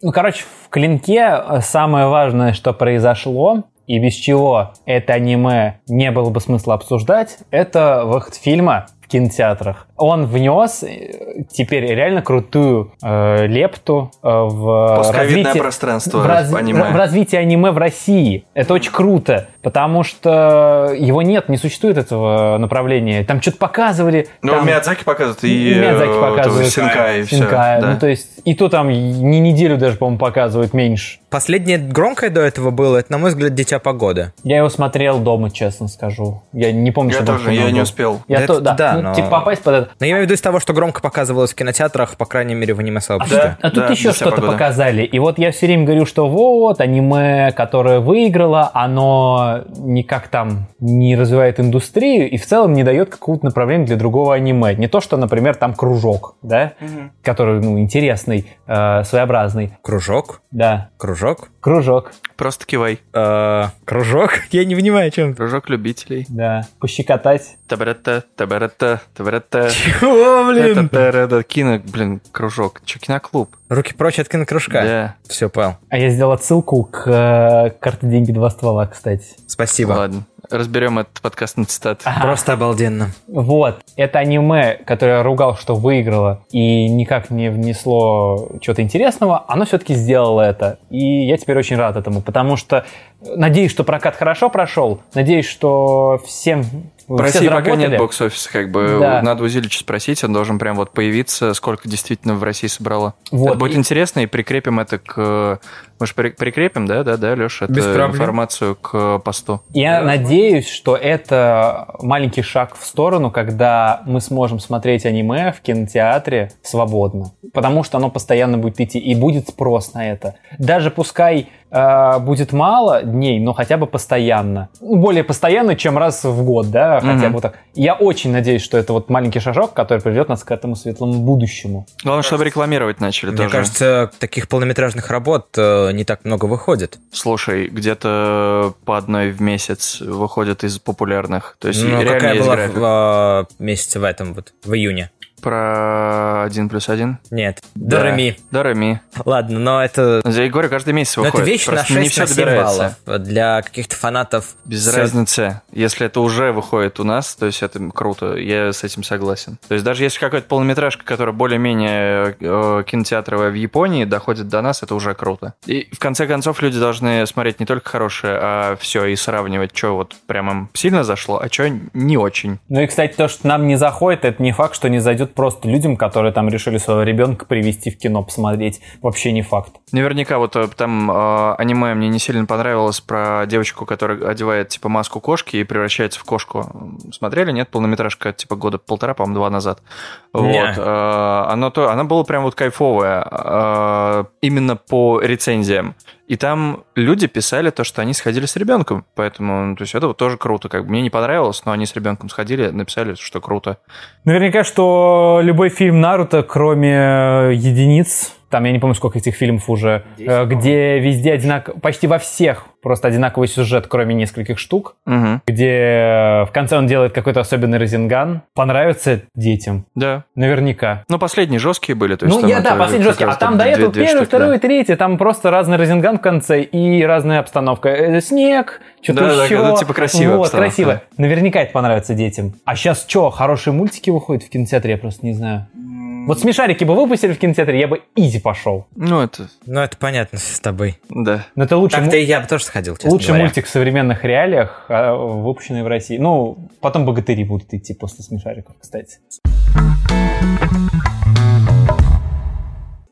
Ну, короче, в «Клинке» э, самое важное, что произошло, и без чего это аниме не было бы смысла обсуждать, это выход фильма в кинотеатрах. Он внес э, теперь реально крутую э, лепту э, в Постковидное развитие, пространство, в раз- аниме. в развитие аниме в России. Это очень круто, потому что его нет, не существует этого направления. Там что-то показывали. Ну, там- Миядзаки показывают и, и Миядзаки э, показывают. этого Синкай, и все. Синкая. да. Ну, то есть, и то там не неделю даже, по-моему, показывают меньше. Последнее громкое до этого было, это, на мой взгляд, «Дитя погоды». Я его смотрел дома, честно скажу. Я не помню, Я что там тоже, фильм я не был. успел. Я Да то- это- да, да, ну, но- типа попасть под это. Но я имею в виду из того, что громко показывалось в кинотеатрах, по крайней мере, в А, аниме-сообществе. Да, тут- а тут да, еще «Дитя что-то погоды». показали. И вот я все время говорю, что вот, аниме, которое выиграло, оно никак там не развивает индустрию и в целом не дает какого-то направления для другого аниме. Не то, что, например, там кружок, да, который, ну, интересный, э, своеобразный, Кружок, да. кружок, Кружок, Просто кивай. э, кружок. Я не понимаю, о чем ты. Кружок любителей. да. Пощекотать. Табарата, табарата, табарата. Чего, блин? Та-та-та-та. Кино, блин, кружок. Че, киноклуб? Руки прочь от кинокружка. Да. Все, понял. А я сделал отсылку к э, карте «Деньги. Два ствола», кстати. Спасибо. Ладно. Разберем этот подкаст на цитаты. Просто обалденно. Вот. Это аниме, которое я ругал, что выиграло и никак не внесло чего-то интересного, оно все-таки сделало это. И я теперь очень рад этому, потому что э, надеюсь, что прокат хорошо прошел, надеюсь, что всем В все России пока заработали. нет бокс-офиса, как бы Да. надо у Зилича спросить, он должен прям вот появиться, сколько действительно в России собрало. Вот, Это будет и- интересно, и прикрепим это к... э, Мы же при- прикрепим, да, да, да, Леша, Без эту проблем. информацию к э, посту. Я надеюсь, что это маленький шаг в сторону, когда мы сможем смотреть аниме в кинотеатре свободно. Потому что оно постоянно будет идти, и будет спрос на это. Даже пускай э, будет мало дней, но хотя бы постоянно. Ну, Более постоянно, чем раз в год, да, хотя Мгм. бы так. Я очень надеюсь, что это вот маленький шажок, который приведет нас к этому светлому будущему. Главное, чтобы рекламировать начали Мне тоже. кажется, таких полнометражных работ э, не так много выходит. Слушай, где-то по одной в месяц выходят из популярных. То есть Ну, реально какая есть была график. в э, месяце в этом вот, в июне? Про один плюс один? Нет, Дорами. Дарами. Ладно, но это... Я говорю, каждый месяц но выходит. это вещь на Просто 6 не все на 7 добирается. баллов. Для каких-то фанатов... Без всё- разницы. Если это уже выходит у нас, то есть это круто. Я с этим согласен. То есть даже если какая-то полнометражка, которая более-менее э, кинотеатровая в Японии, доходит до нас, это уже круто. И в конце концов люди должны смотреть не только хорошее, а все и сравнивать, что вот прям им сильно зашло, а что не очень. Ну и, кстати, то, что нам не заходит, это не факт, что не зайдет просто людям, которые там решили своего ребенка привести в кино посмотреть. Вообще не факт. Наверняка вот э, там э, аниме мне не сильно понравилось про девочку, которая одевает типа маску кошки и превращается в кошку. Смотрели, нет? Полнометражка типа года полтора, по-моему, два назад. Вот. Не. э, Оно то, она была прям вот кайфовая э, именно по рецензиям. И там люди писали то, что они сходили с ребенком, поэтому, ну, то есть это вот тоже круто. Как бы мне не понравилось, но они с ребенком сходили, написали, что круто. Наверняка, что любой фильм Наруто, кроме э, единиц, там я не помню, сколько этих фильмов уже, э, где везде одинаково, почти во всех просто одинаковый сюжет, кроме нескольких штук, Мгм. где э, в конце он делает какой-то особенный розинган, понравится детям. Да. Наверняка. Но последние жесткие были, то есть. ну, там я, да, это последний как жесткий. раз А там до две- этого две первый, штуки, да. второй, третий. Там просто разный розинган в конце и разная обстановка. Э, Снег, что-то Да, да, еще. когда, типа, красивая Вот, обстановка. красиво. Наверняка это понравится детям. А сейчас что, хорошие мультики выходят в кинотеатре? Я просто не знаю. Вот смешарики бы выпустили в кинотеатре, я бы изи пошел. Ну, это, Ну, это понятно с тобой. да. Но это лучше, му- Так-то и я бы тоже сходил, честно лучше говоря. мультик в современных реалиях, а, выпущенный в России. Ну, потом богатыри будут идти после смешариков, кстати.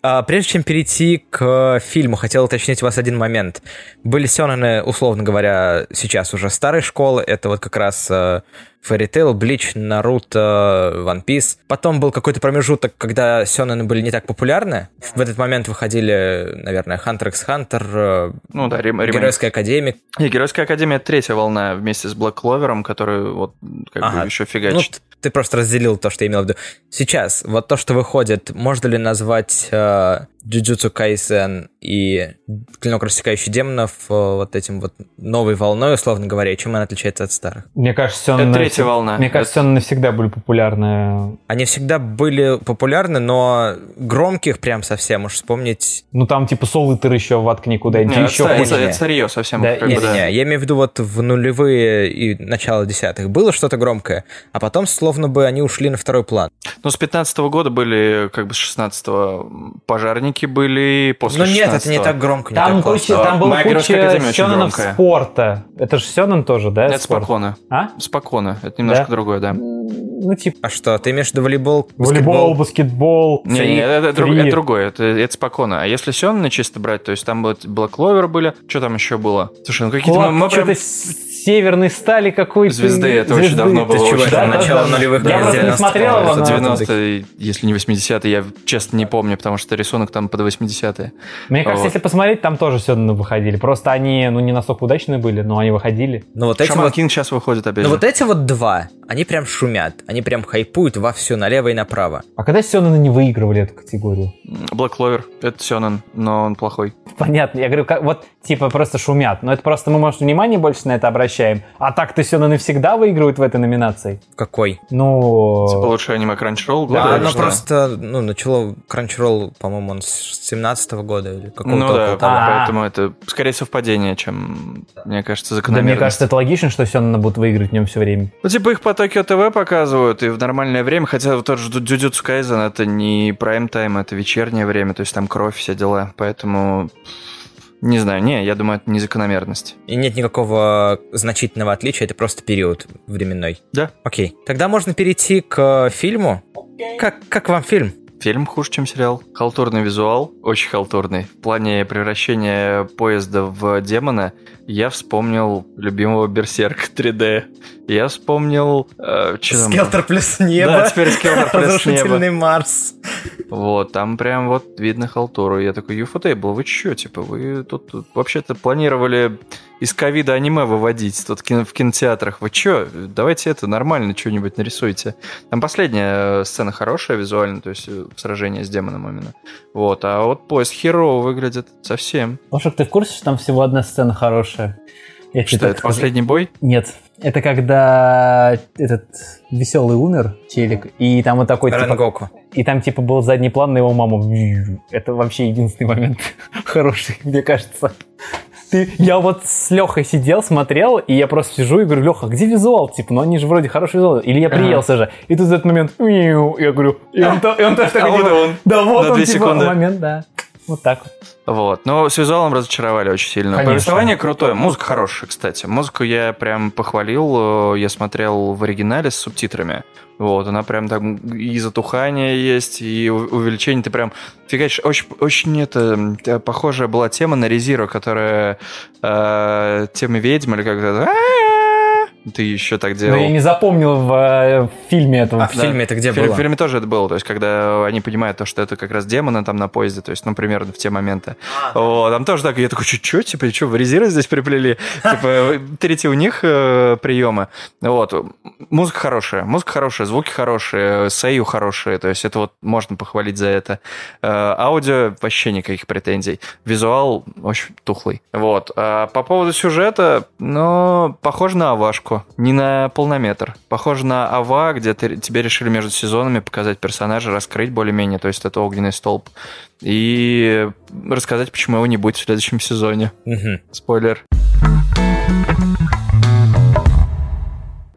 А, прежде чем перейти к э, фильму, хотел уточнить у вас один момент. Были сёнэны, условно говоря, сейчас уже старой школы. Это вот как раз э, Fairy Tail, Блич, Наруто, One Piece. Потом был какой-то промежуток, когда сёнэны были не так популярны. В этот момент выходили, наверное, Hunter x Hunter, э, Ну да, рем- ремейк. Геройская Академия. Не, Геройская Академия это третья волна вместе с Блэк Кловером, который вот как Ага. бы еще Ну, фигачит. т- ты просто разделил то, что я имел в виду. Сейчас, вот то, что выходит, можно ли назвать э, Jujutsu Kaisen и Клинок Рассекающий Демонов э, вот этим вот новой волной, условно говоря, и чем она отличается от старых? Мне кажется, это он третья волна. Мне кажется, Это- он навсегда были популярны. Они всегда были популярны, но громких прям совсем, уж вспомнить... Ну, там типа соло тыр еще воткни Не, куда-нибудь. это, еще ста- это- хуже. позднее. это старье совсем. Да, как бы, Не, да. я имею в виду вот в нулевые и начало десятых было что-то громкое, а потом словно бы они ушли на второй план. Ну, с 15 года были, как бы с 16 пожарники были, и после ну нет, это не 16-го. так громко, не Там, так классно. куча, там была Моя геройская куча академия очень сёнэнов громкая. спорта. Это же Сёнэн тоже, да? Это спорт? спокойно. А? Спокойно. Это немножко Да? другое, да. Ну, типа, А что, ты имеешь в виду волейбол, волейбол, баскетбол? баскетбол. Не, фри- не, это, это друг- фри. это другое, это, это спокойно. А если Сёнэны чисто брать, то есть там вот Black Clover были, что там еще было? Слушай, ну какие-то мы, Флаг мы прям- чё-то с- северный стали какой-то. Звезды, это очень давно было, Ты чего, очень это давно. начало нулевых Я лет, просто не 90-х, смотрел его, это но- 90-е. 90-е, если не 80-е, я честно не помню, потому что рисунок там под 80-е. Мне кажется, Вот. если посмотреть, там тоже Сёнэны выходили. Просто они, ну, не настолько удачные были, но они выходили. Ну вот эти Шаман вот, Кинг сейчас выходит опять ну же. вот эти вот два, они прям шумят, они прям хайпуют вовсю налево и направо. А когда Сёнэны не выигрывали эту категорию? Black Clover, это Сёнэн, но он плохой. Типа Понятно, я говорю, как, вот типа просто шумят, но это просто мы, может, внимание больше на это обращаем. А так-то Сёнэн и всегда выигрывают в этой номинации. Какой? Ну, Типа лучше аниме Crunchyroll. Да, Clover, а, оно что? просто, ну, начало Crunchyroll, по-моему, он с 17 года или какого-то Ну да, около того. А. поэтому это скорее совпадение, чем, мне кажется, да, закономерность. мне кажется, это логично, что Сёнэна будут выигрывать в нем все время. Ну, типа их по Токио ТВ показывают и в нормальное время, хотя вот тот же Дюдюцу Кайзен это не прайм-тайм, это вечернее время, то есть там кровь, все дела, поэтому... Не знаю, не, я думаю, это не закономерность. И нет никакого значительного отличия, это просто период временной. Да. Окей. Тогда можно перейти к э, фильму. Как, как вам фильм? Фильм хуже, чем сериал. Халтурный визуал, очень халтурный. В плане превращения поезда в демона я вспомнил любимого Берсерка 3D. Я вспомнил... э, чё там? плюс Да, теперь Скелтер плюс небо. Марс. Вот, там прям вот видно халтуру. Я такой, Юфотейбл, вы чё, типа, вы тут, тут вообще-то планировали из ковида аниме выводить тут кин- в кинотеатрах. Вы чё, давайте это нормально что-нибудь нарисуйте. Там последняя э, сцена хорошая визуально, то есть э, сражение с демоном именно. Вот, а вот поезд херово выглядит совсем. Пашек, ты в курсе, что там всего одна сцена хорошая? Я тебе Что так это, скажу. последний бой? Нет, это когда этот веселый умер, челик, и там вот такой... типа, Рангоку. И там типа был задний план на его маму. Это вообще единственный момент хороший, мне кажется. Ты, я вот с Лехой сидел, смотрел, и я просто сижу и говорю, Леха, где визуал? Типа, ну они же вроде хороший визуал. Или я Ага. приелся же. И тут в этот момент, «Мяу», я говорю, и он, то- и он тоже такой, А вот типа, он. да вот На он, две типа, секунды. момент, да. Вот так вот. Вот. Но с визуалом разочаровали очень сильно. Конечно. Повествование крутое. Музыка хорошая, кстати. Музыку я прям похвалил. э, Я смотрел в оригинале с субтитрами. Вот, она прям там и затухание есть, и у- увеличение. Ты прям фигачишь. Очень, очень это, м, э, похожая была тема на Резиру, которая э, тема ведьм или как-то... «А-а-а». Ты еще так Но делал. я не запомнил в, э, в фильме Ну этого. А в фильме это где В фильме- было? в фильме тоже это было, то есть, когда они понимают то, что это как раз демоны там на поезде, то есть, ну, примерно в те моменты. Вот, там тоже так, я такой, чё, типа, чё, в резервы здесь приплели? Типа, третий у них э, приемы. Вот, музыка хорошая, музыка хорошая, звуки хорошие, сею хорошие, то есть, это вот можно похвалить за это. Э, Аудио вообще никаких претензий. Визуал очень тухлый. Вот. А по поводу сюжета, ну, похоже на Авашку. Не на полнометр. Похоже на Ава, где ты, тебе решили между сезонами показать персонажа, раскрыть более-менее, то есть это огненный столб. И рассказать, почему его не будет в следующем сезоне. Мгм. Спойлер.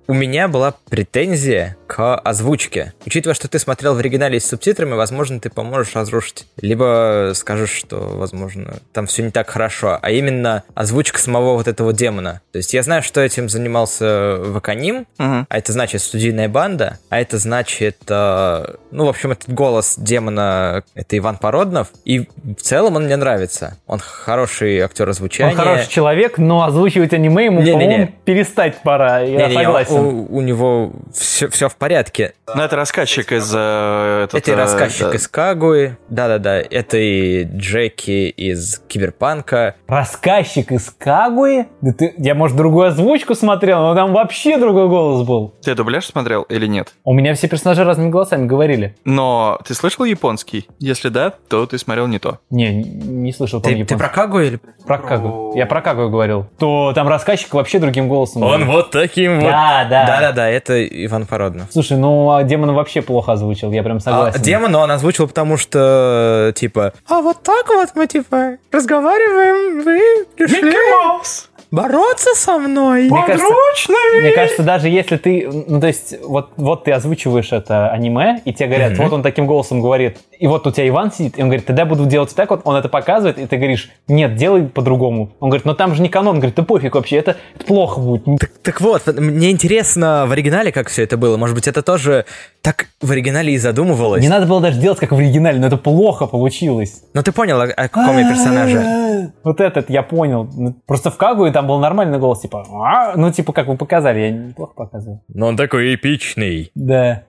у меня была претензия к озвучке. Учитывая, что ты смотрел в оригинале с субтитрами, возможно, ты поможешь разрушить. Либо скажешь, что, возможно, там все не так хорошо. А именно озвучка самого вот этого демона. То есть я знаю, что этим занимался Ваканим, Мгм. а это значит студийная банда, а это значит, э, ну, в общем, этот голос демона, это Иван Породнов, и в целом он мне нравится. Он хороший актер Он озвучания. хороший человек, но озвучивать аниме ему, Не-не-не. по-моему, перестать пора. Я Не-не-не, согласен. у, у него все, все в порядке. Ну, это рассказчик из... э, этот, это и э, рассказчик да. из Кагуи, да-да-да, это и Джеки из Киберпанка. Рассказчик из Кагуи? Да ты- я, может, другую озвучку смотрел, но там вообще другой голос был. Ты дубляж смотрел или нет? У меня все персонажи разными голосами говорили. Но ты слышал японский? Если да, то ты смотрел не то. Не, не слышал Ты, по-моему, ты японский. про Кагуи или... про Кагу. Я про Кагу говорил. То там рассказчик вообще другим голосом. говорил. вот таким Да, да. Да-да-да, это Иван Породнов. Слушай, ну а демон вообще плохо озвучил, я прям А, согласен. демона он озвучил, потому что, типа, а вот так вот мы, типа, разговариваем, вы пришли Маус! бороться со мной. Мне кажется, Подручный! Мне кажется, даже если ты, ну то есть, вот, вот ты озвучиваешь это аниме, и тебе говорят, Мгм. вот он таким голосом говорит, и вот у тебя Иван сидит, и он говорит, тогда я буду делать так вот, он это показывает, и ты говоришь, нет, делай по-другому. Он говорит, но там же не канон, он говорит, да пофиг вообще, это, это плохо будет. Так, так вот, вот мне интересно в оригинале, как все это было. Может быть, это тоже так в оригинале и задумывалось. Не надо было даже делать как в оригинале, но это плохо получилось. Но ты понял, о, о каком я персонаже. Вот этот я понял. Ну, Просто в Кагуе там был нормальный голос, типа, «А», ну типа как вы показали, я неплохо показывал. Но он такой эпичный. Да.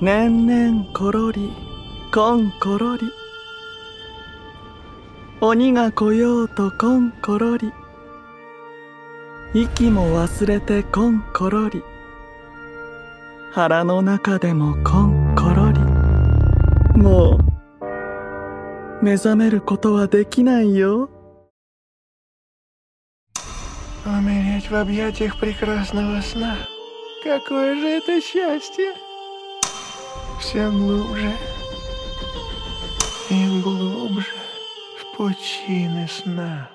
Нен-нен, корори, кон корори. Они га койоу то кон корори. Ики мо васурете кон корори. Хара но нака демо кон корори. Мо у мезамеру кото ва декинай йо. Умереть в объятиях прекрасного сна. Какое же это счастье! Все глубже и глубже в пучины сна.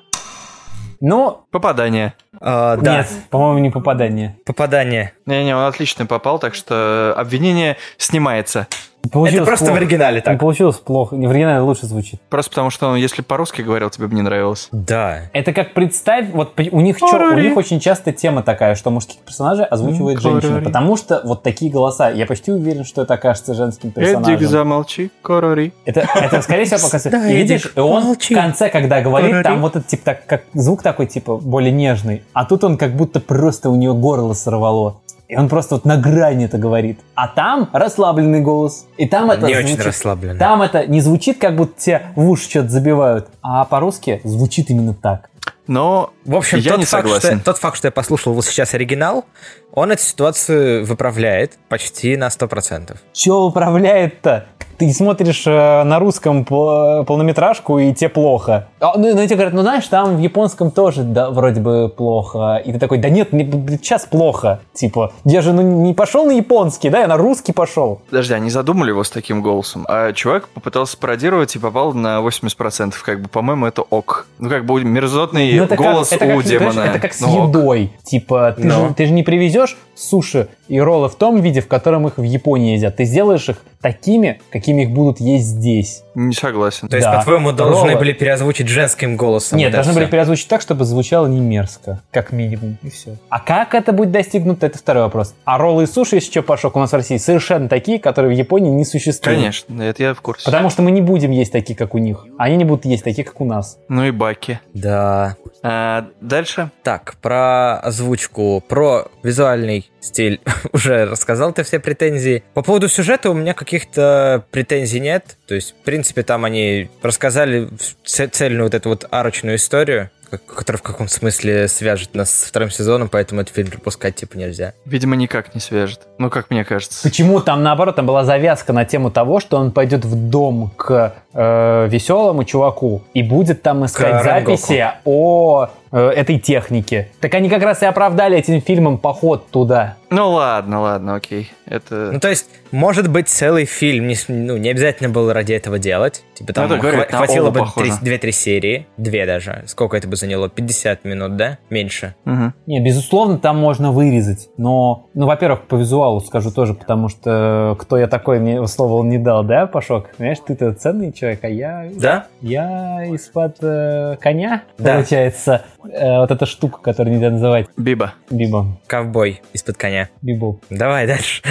Ну, Попадание. А, да, нет, по-моему, не попадание. попадание. Не-не, он отлично попал, так что обвинение снимается. это просто в оригинале Не так. получилось плохо. Не в оригинале лучше звучит. Просто потому, что он, если по-русски говорил, тебе бы не нравилось. Да. Это как представь, вот при- у них, чё- у них очень часто тема такая, что мужских персонажей озвучивает женщина, потому что вот такие голоса. Я почти уверен, что это окажется женским персонажем. Эдик, замолчи, корори. Это, это, скорее всего, пока... Да, И видишь, Эдик, и он молчи. в конце, когда говорит, Говори. там вот этот, типа, так, как, звук такой, типа, более нежный. А тут он как будто просто у нее горло сорвало. И он просто вот на грани это говорит. А там расслабленный голос. И там это Не очень звучит- расслабленно. Там это не звучит, как будто тебе в уши что-то забивают. А по-русски звучит именно так. Но В общем, Я тот, не факт, согласен. Что, тот факт, что я послушал вот сейчас оригинал, он эту ситуацию выправляет почти на 100%. Че управляет-то? Ты смотришь э, на русском по- полнометражку, и тебе плохо. А, ну, ну, и тебе говорят, ну, знаешь, там в японском тоже да, вроде бы плохо. И ты такой, да нет, мне б- б- сейчас плохо. Типа, я же ну, не пошел на японский, да, я на русский пошел. Подожди, они задумали его с таким голосом, а чувак попытался пародировать и попал на 80%. Как бы, по-моему, это ок. Ну, как бы мерзотный Ну, это как- голос это у как, демона. знаешь, Это как с Ну, ок. едой. Типа, ты, Ну. же, ты же не привезешь суши и роллы в том виде, в котором их в Японии едят. Ты сделаешь их такими, какими их будут есть здесь. Не согласен. То есть, Да. по-твоему, должны Здорово. были переозвучить женским голосом. Нет, вот это должны были всё. переозвучить так, чтобы звучало не мерзко, как минимум, и все. А как это будет достигнуто, это второй вопрос. А роллы и суши, если что, Пашок, у нас в России совершенно такие, которые в Японии не существуют. Конечно, это я в курсе. Потому что мы не будем есть такие, как у них. Они не будут есть такие, как у нас. Ну и баки. Да. А, дальше. Так, про озвучку, про визуальный стиль уже рассказал ты все претензии. По поводу сюжета у меня каких-то претензий нет. То есть, в принципе, там они рассказали в- ц- цельную вот эту вот арочную историю, как- которая в каком смысле свяжет нас с вторым сезоном, поэтому этот фильм пропускать типа нельзя. Видимо, никак не свяжет. Ну, как мне кажется. Почему там, наоборот, там была завязка на тему того, что он пойдет в дом к веселому чуваку и будет там искать К Рангоку. записи о э, этой техники. Так они как раз и оправдали этим фильмом поход туда. Ну ладно, ладно, окей. Это... Ну, то есть, может быть, целый фильм, не, с- ну, не обязательно было ради этого делать. Типа там Ну, да, хва- говорю, на хватило Олу бы похоже. 2-3 серии, две даже. Сколько это бы заняло? 50 минут, да? Меньше. Мгм. Не, безусловно, там можно вырезать, но, ну, во-первых, по визуалу скажу тоже, потому что э, кто я такой, мне слово не дал, да, Пашок? Понимаешь, ты-то ценный человек, а я... Да? Я из-под э, коня, Да. получается. Э, вот эта штука, которую нельзя называть Биба. бибом. Ковбой из-под коня. Бибоп. Давай дальше.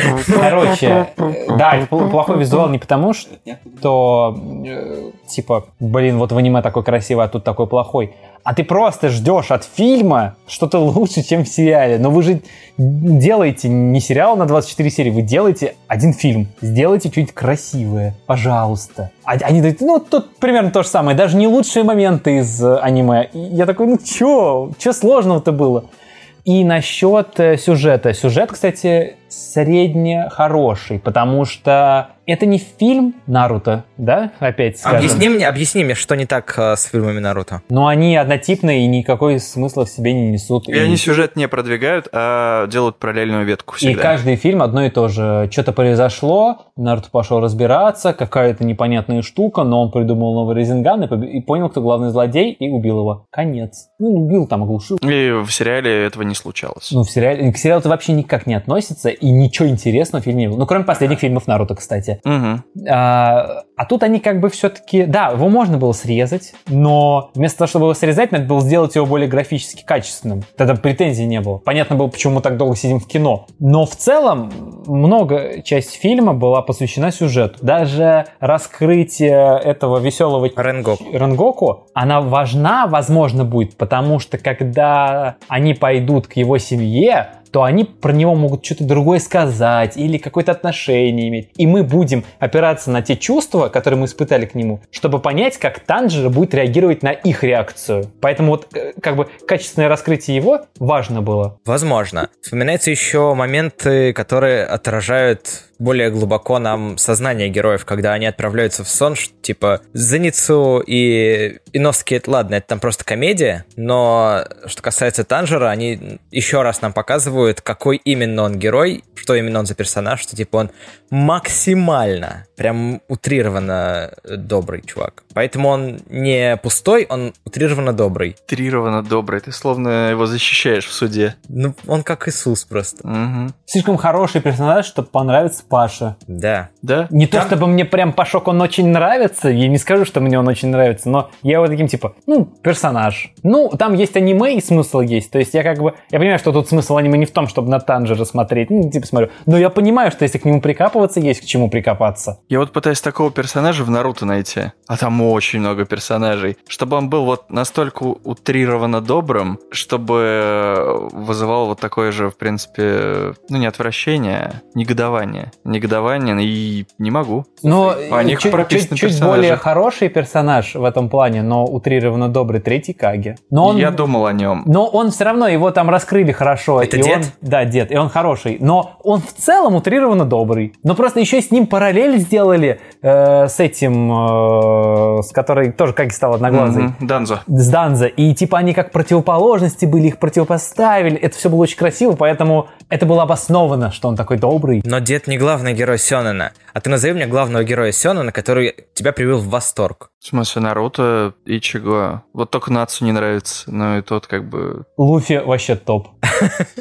Короче, э, да, это пл- плохой визуал не потому, что э, типа, блин, вот в аниме такой красивый, а тут такой плохой. А ты просто ждешь от фильма что-то лучше, чем в сериале. Но вы же делаете не сериал на 24 серии, вы делаете один фильм. Сделайте чуть красивое, пожалуйста. А Они дают, ну, тут примерно то же самое. Даже не лучшие моменты из э, аниме. И я такой, ну, чё? Чё сложного-то было? И насчет э, сюжета. Сюжет, кстати, средне хороший, потому что это не фильм Наруто, да? Опять скажем. Объясни А мне, объясни мне, что не так э, с фильмами Наруто. Но они однотипные и никакой смысла в себе не несут. И они сюжет не продвигают, а делают параллельную ветку И всегда. каждый фильм одно и то же. Что-то произошло, Наруто пошел разбираться, какая-то непонятная штука, но он придумал новый Резинган и, поб- и понял, кто главный злодей, и убил его. Конец. Ну, не убил, там оглушил. И в сериале этого не случалось. Ну, в сериале, к сериалу это вообще никак не относится, и ничего интересного в фильме не было. Ну, кроме последних фильмов Наруто, кстати. Мгм. А, а тут они как бы все-таки... Да, его можно было срезать, но вместо того, чтобы его срезать, надо было сделать его более графически качественным. Тогда претензий не было. Понятно было, почему мы так долго сидим в кино. Но в целом много часть фильма была посвящена сюжету. Даже раскрытие этого веселого Ренгок. Рангоку, она важна, возможно, будет, потому что когда они пойдут к его семье, то они про него могут что-то другое сказать или какое-то отношение иметь. И мы будем опираться на те чувства, которые мы испытали к нему, чтобы понять, как Танжер будет реагировать на их реакцию. Поэтому вот э, как бы качественное раскрытие его важно было. Возможно. Вспоминаются еще моменты, которые отражают более глубоко нам сознание героев, когда они отправляются в сон, ш- типа Зеницу и Иноски, это ладно, это там просто комедия, но что касается Танжера, они еще раз нам показывают, какой именно он герой, что именно он за персонаж, что типа он максимально, прям утрированно э, добрый чувак. Поэтому он не пустой, он утрированно добрый. Утрированно добрый. Ты словно его защищаешь в суде. Ну, он как Иисус просто. Мгм. Слишком хороший персонаж, чтобы понравиться Паше. Да. Да? Не то чтобы мне прям Пашок он очень нравится, я не скажу, что мне он очень нравится, но я его таким типа, ну, персонаж. Ну, там есть аниме и смысл есть, то есть я как бы, я понимаю, что тут смысл аниме не в том, чтобы на Танжера смотреть, ну, типа смотрю, но я понимаю, что если к нему прикапываться, есть к чему прикопаться. Я вот пытаюсь такого персонажа в Наруто найти, а там очень много персонажей, чтобы он был вот настолько утрированно добрым, чтобы э, вызывал вот такое же, в принципе, э, ну не отвращение, а негодование. Негодование, и не могу. Но а у э, них чуть, прописаны чуть- чуть персонажи. более хороший персонаж в этом плане, но утрированно добрый третий Каги. Но он, Я думал о нем. Но он все равно, его там раскрыли хорошо. Это и дед? Он, да, дед, и он хороший. Но он в целом утрированно добрый. Но просто еще с ним параллель сделали э, с этим, э, с которой тоже как и стал одноглазый. Данзо. С Данза. И типа они как противоположности были, их противопоставили. Это все было очень красиво, поэтому это было обосновано, что он такой добрый. Но дед не главный герой Сёнэна. А ты назови мне главного героя Сёнэна, который тебя привел в восторг. В смысле, Наруто и Чего. Вот только Нацу не нравится, но и тот как бы... Луфи вообще топ.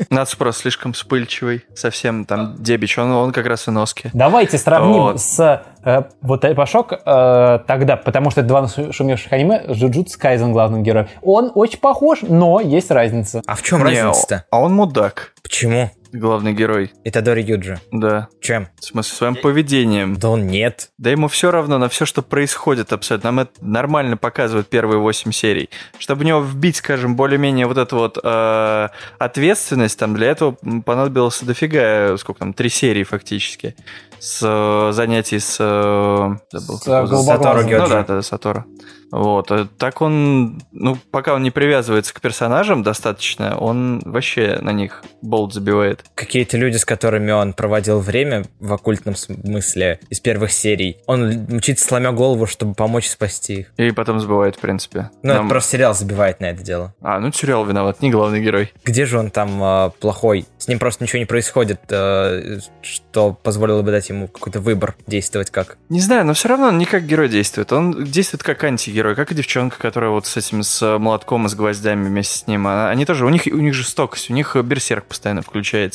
Нацу просто слишком вспыльчивый, совсем там дебич, он, он как раз и носки. Давайте сравним Вот. с э, вот э, Пашок э, тогда, потому что это два нашу- шумевших аниме, Джуджутс Кайзен главным героем. Он очень похож, но есть разница. А в чем Не, разница-то? А он мудак, Почему? главный герой. Итадори Юджи. Да, Чем? В смысле, своим поведением. Да он нет. Да ему все равно на все, что происходит абсолютно. Нам это нормально показывают первые 8 серий. Чтобы в него вбить, скажем, более-менее вот эту вот э, ответственность, там для этого м, понадобилось дофига, э, сколько там, три серии фактически. С э, занятий с... э, забыл, С, как его зовут. Голубоглазым. Сатору Ну Гёджи. да, да, Сатора. Вот. э, Так он, ну, пока он не привязывается к персонажам достаточно, он вообще на них болт забивает. происходит. Какие-то люди, с которыми он проводил время в оккультном смысле из первых серий, он мчится сломя голову, чтобы помочь спасти их. И потом забывают, в принципе. Ну, Нам- это просто сериал забивает на это дело. А, ну сериал виноват, не главный герой. Где же он там э, плохой? С ним просто ничего не происходит, э, что позволило бы дать ему какой-то выбор действовать как. Не знаю, но все равно он не как герой действует. Он действует как антигерой, как и девчонка, которая вот с этим с э, молотком и с гвоздями вместе с ним. Она- Они тоже, у них, у них жестокость, у них э, берсерк постоянно включается.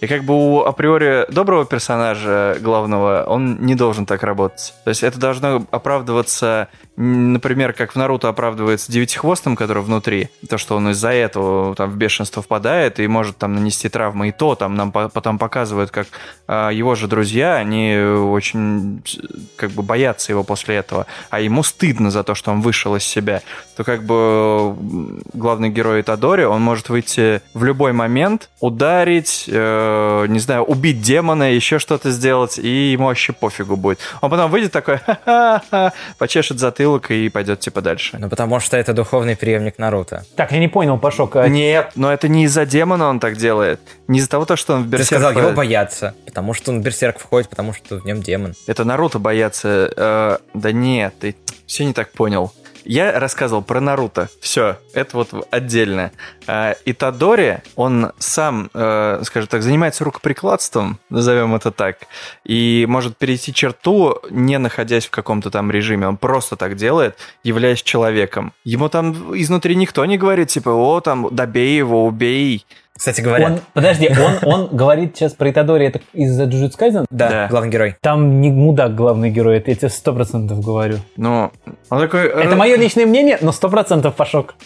И как бы у априори доброго персонажа главного, он не должен так работать. То есть это должно оправдываться, м, например, как в Наруто оправдывается девятихвостом, который внутри. То, что он из-за этого там в бешенство впадает и может там нанести травмы. И то там нам по- потом показывают, как а, его же друзья, они очень э, как бы боятся его после этого, а ему стыдно за то, что он вышел из себя, то как бы м, главный герой Тадори, он может выйти в любой момент, ударить, э, не знаю, убить демона, еще что-то сделать, и ему вообще пофигу будет. Он потом выйдет такой, «Ха-ха-ха», почешет затылок и пойдет типа дальше. Ну, потому что это духовный преемник Наруто. Так, я не понял, Пашок, Э, а Нет, но это не из-за демона он так делает, не из-за того, то, что он в Ты берсерк сказал, его падает. боятся, потому что он в берсерк входит, потому что в нем демон. Это Наруто боятся. э, да нет, ты все не так понял. Я рассказывал про Наруто. Все, это вот в- отдельно. Э, И Тадори, он сам, э, скажем так, занимается рукоприкладством, назовем это так, и может перейти черту, не находясь в каком-то там режиме. Он просто так делает, являясь человеком. Ему там изнутри никто не говорит, типа, о, там, добей его, убей. Кстати говоря, он... Подожди, он, он говорит сейчас про Итадори, это из-за Джуджутс Кайзен? да, Да. главный герой. Там не мудак главный герой, это я тебе сто процентов говорю. Ну, он такой... Это мое личное мнение, но сто процентов Пашок.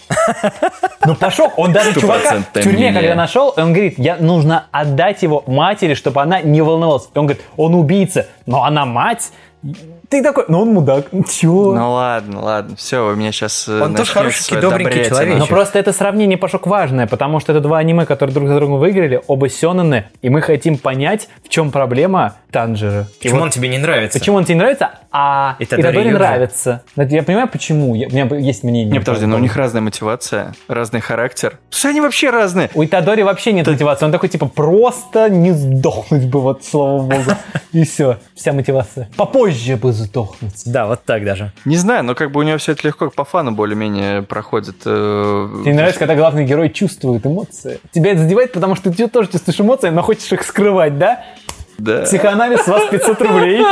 Ну, Пашок, он даже чувака в Стопроцентное тюрьме, мнение. когда нашел, он говорит, я нужно отдать его матери, чтобы она не волновалась. И Он говорит, он убийца, но она мать. Ты такой, ну он мудак. Чего? Ну ладно, ладно, все, вы меня э, сейчас... Он тоже хорошенький, добренький Ну, человечек. Но просто это сравнение, Пашок, важное, потому что это два аниме, которые друг за другом выиграли, оба сёнэны, и мы хотим понять, в чем проблема Танжера. И Почему вот он тебе не нравится? Почему он тебе не нравится, а И Тадори Итадори Юджи. нравится? Это Я понимаю, почему. Я- У меня есть мнение. Не, подожди, но у них разная мотивация, разный характер. Все они вообще разные. У Итадори вообще нет мотивации. Он такой, типа, просто не сдохнуть бы, вот, слава богу. И все, вся мотивация. Попозже бы сдохнуть. Да, вот так даже. Не знаю, но как бы у него все это легко по фану более-менее проходит. э, Тебе не нравится, когда главный герой чувствует эмоции? Тебя это задевает, потому что ты тоже чувствуешь эмоции, но хочешь их скрывать, да? Да. Психоанализ с вас 500 рублей.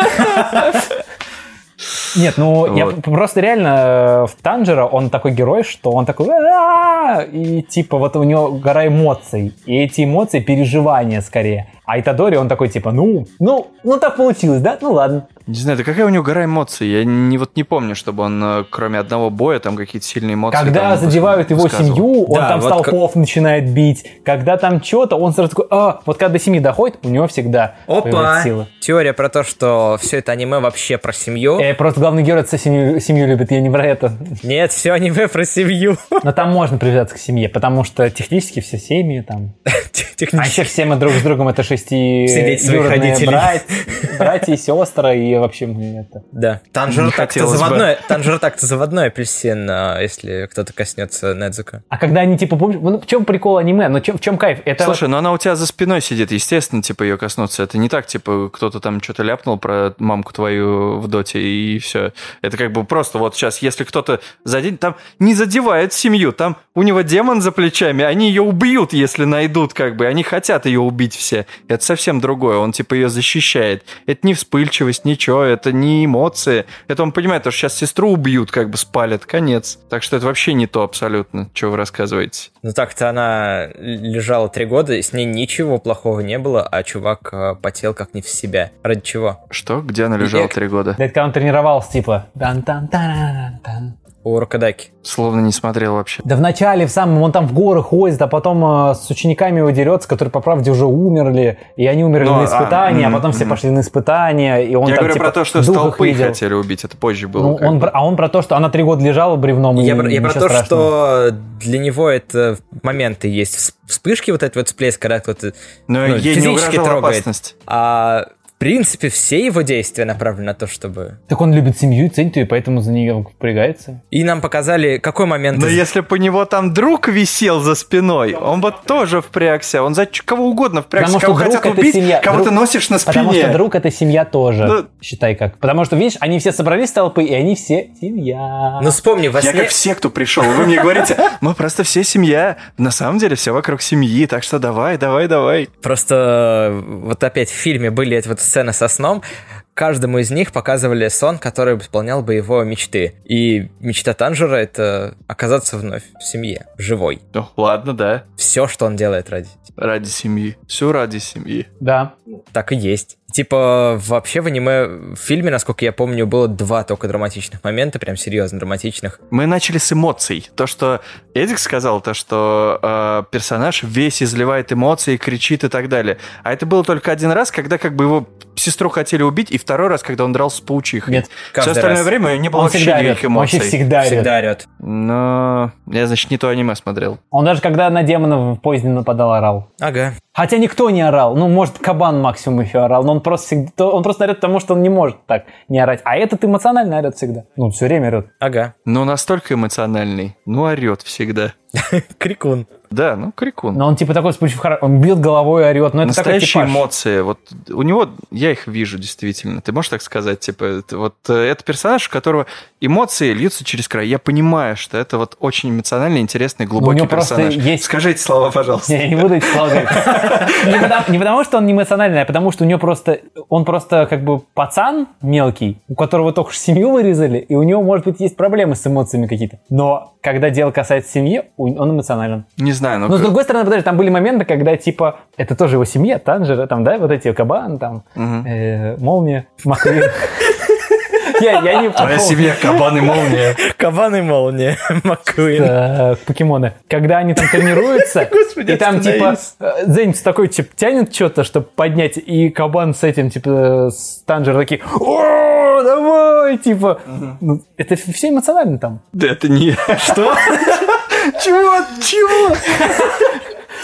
Нет, ну я Вот. п- просто реально э, в Танжера он такой герой, что он такой «А-а-а!» и типа вот у него гора эмоций, и эти эмоции переживания скорее. А Итадори он такой типа ну ну ну так получилось, да? Ну ладно. Не знаю, да какая у него гора эмоций? Я не, вот не помню, чтобы он, э, кроме одного боя, там какие-то сильные эмоции... Когда там задевают его высказывал. семью, он Да, там с вот ка- толпов начинает бить. Когда там что-то, он сразу такой «А!» Вот когда до семьи доходит, у него всегда Опа! появляется сила. Теория про то, что все это аниме вообще про семью. Э, просто главный герой это семью, семью любит, я не про это. Нет, все аниме про семью. Но там можно привязаться к семье, потому что технически все семьи там. А еще Технически. все мы друг с другом это шести Сидеть своих юродные родителей. брать- братья и сестры, и вообще мы это. Да. Не Танжер так-то хотелось бы. заводной, Танжер так-то заводной апельсин, а, если кто-то коснется Недзука. А когда они типа помнишь, ну в чем прикол аниме, ну чё- в чем кайф? Это Слушай, ну она у тебя за спиной сидит, естественно, типа ее коснуться. Это не так, типа кто-то там что-то ляпнул про мамку твою в доте и все. Это как бы просто вот сейчас, если кто-то заденет, там не задевает семью, там у него демон за плечами, они ее убьют, если найдут, как бы, они хотят ее убить все. Это совсем другое, он типа ее защищает. Это не вспыльчивость, ничего, это не эмоции. Это он понимает, то, что сейчас сестру убьют, как бы спалят, конец. Так что это вообще не то абсолютно, что вы рассказываете. Ну так-то она лежала три года, и с ней ничего плохого не было, а чувак э, потел как не в себя. Ради чего? Что? Где она лежала Эк- три года? да, это когда он тренировался, типа. «Тан-тан-тарарантан». У Рокодаки. Словно не смотрел вообще. Да вначале в самом он там в горы ходит, а потом э, с учениками его дерется, которые по правде уже умерли, и они умерли Ну, на а, испытания, а, м, потом все м. пошли на испытания, и он Я там, говорю типа, про то, что с дух их толпы видел. хотели убить. Это позже было. Ну, как он бы. про- а он про то, что она три года лежала бревном. и Я, про- я про Ну, ничего то, страшного. что для него это моменты есть. Вс- Вспышки вот этот вот всплеск, когда кто-то Но ну, ей не физически угрожала трогает. опасность. А принципе, все его действия направлены на то, чтобы... Так он любит семью и ценит ее, поэтому за нее впрягается. И нам показали, какой момент... Но из- если бы у него там друг висел за спиной, он бы тоже впрягся. Он за ч- кого угодно впрягся, Потому что кого друг хотят это убить, семья. кого Друг- ты носишь на спине. Потому что друг это семья тоже. Ну- Считай как. Потому что, видишь, они все собрались толпы, и они все семья. Ну вспомни, во Я сне... как в секту пришел, вы мне говорите, мы просто все семья, на самом деле все вокруг семьи, так что давай, давай, давай. Просто э, вот опять в фильме были эти вот сцены со сном. Каждому из них показывали сон, который исполнял бы его мечты. И мечта Танжера — это оказаться вновь в семье, живой. Ну, ладно, да, Все, что он делает ради ради семьи, все ради семьи. Да. Так и есть. Типа, вообще в аниме в фильме, насколько я помню, было два только драматичных момента, прям серьезно драматичных. Мы начали с эмоций. То, что Эдик сказал, то, что э, персонаж весь изливает эмоции, кричит и так далее. А это было только один раз, когда как бы его сестру хотели убить, и второй раз, когда он дрался с паучихой. Нет. Все Каждый остальное раз. время не было он вообще всегда никаких орет. Он вообще эмоций. всегда орет. Всегда орет. Но я, значит, не то аниме смотрел. Он даже когда на демонов в поезде нападал, орал. Ага. Хотя никто не орал. Ну, может, кабан максимум еще орал, но он просто всегда, то- он просто орет, потому что он не может так не орать. А этот эмоционально орет всегда. Ну, все время орет. Ага. Но настолько эмоциональный, ну орет всегда. Крикун. Да, ну крикун. Но он типа такой вспыльчив характер. Он бьет головой, орет. Но Ну, это такой Настоящие типаж. эмоции. Вот у него я их вижу действительно. Ты можешь так сказать, типа, это, вот э, это персонаж, у которого эмоции льются через край. Я понимаю, что это вот очень эмоциональный, интересный, глубокий Ну, него просто персонаж. есть- Скажи эти слова, пожалуйста. Не, я не буду эти слова говорить. Не потому- Не потому, что он не эмоциональный, а потому, что у него просто... Он просто как бы пацан мелкий, у которого только что семью вырезали, и у него, может быть, есть проблемы с эмоциями какие-то. Но когда дело касается семьи, у- он эмоционален. Не знаю, ну, Но с как- другой стороны, подожди, там были моменты, когда типа... Это тоже его семья, Танжера, там, да, вот эти кабан, там, Мгм. э, молния, Маквин. Я, я не Твоя попал- семья кабан и молния. Кабан и молния. Маккуин. э, покемоны. Когда они там тренируются, и там типа э, Зенитс такой типа тянет что-то, чтобы поднять, и кабан с этим типа э, с Танжер такие «О, давай!» типа. Ну, Это все эмоционально там. Да это не... Что? Чего? Чего?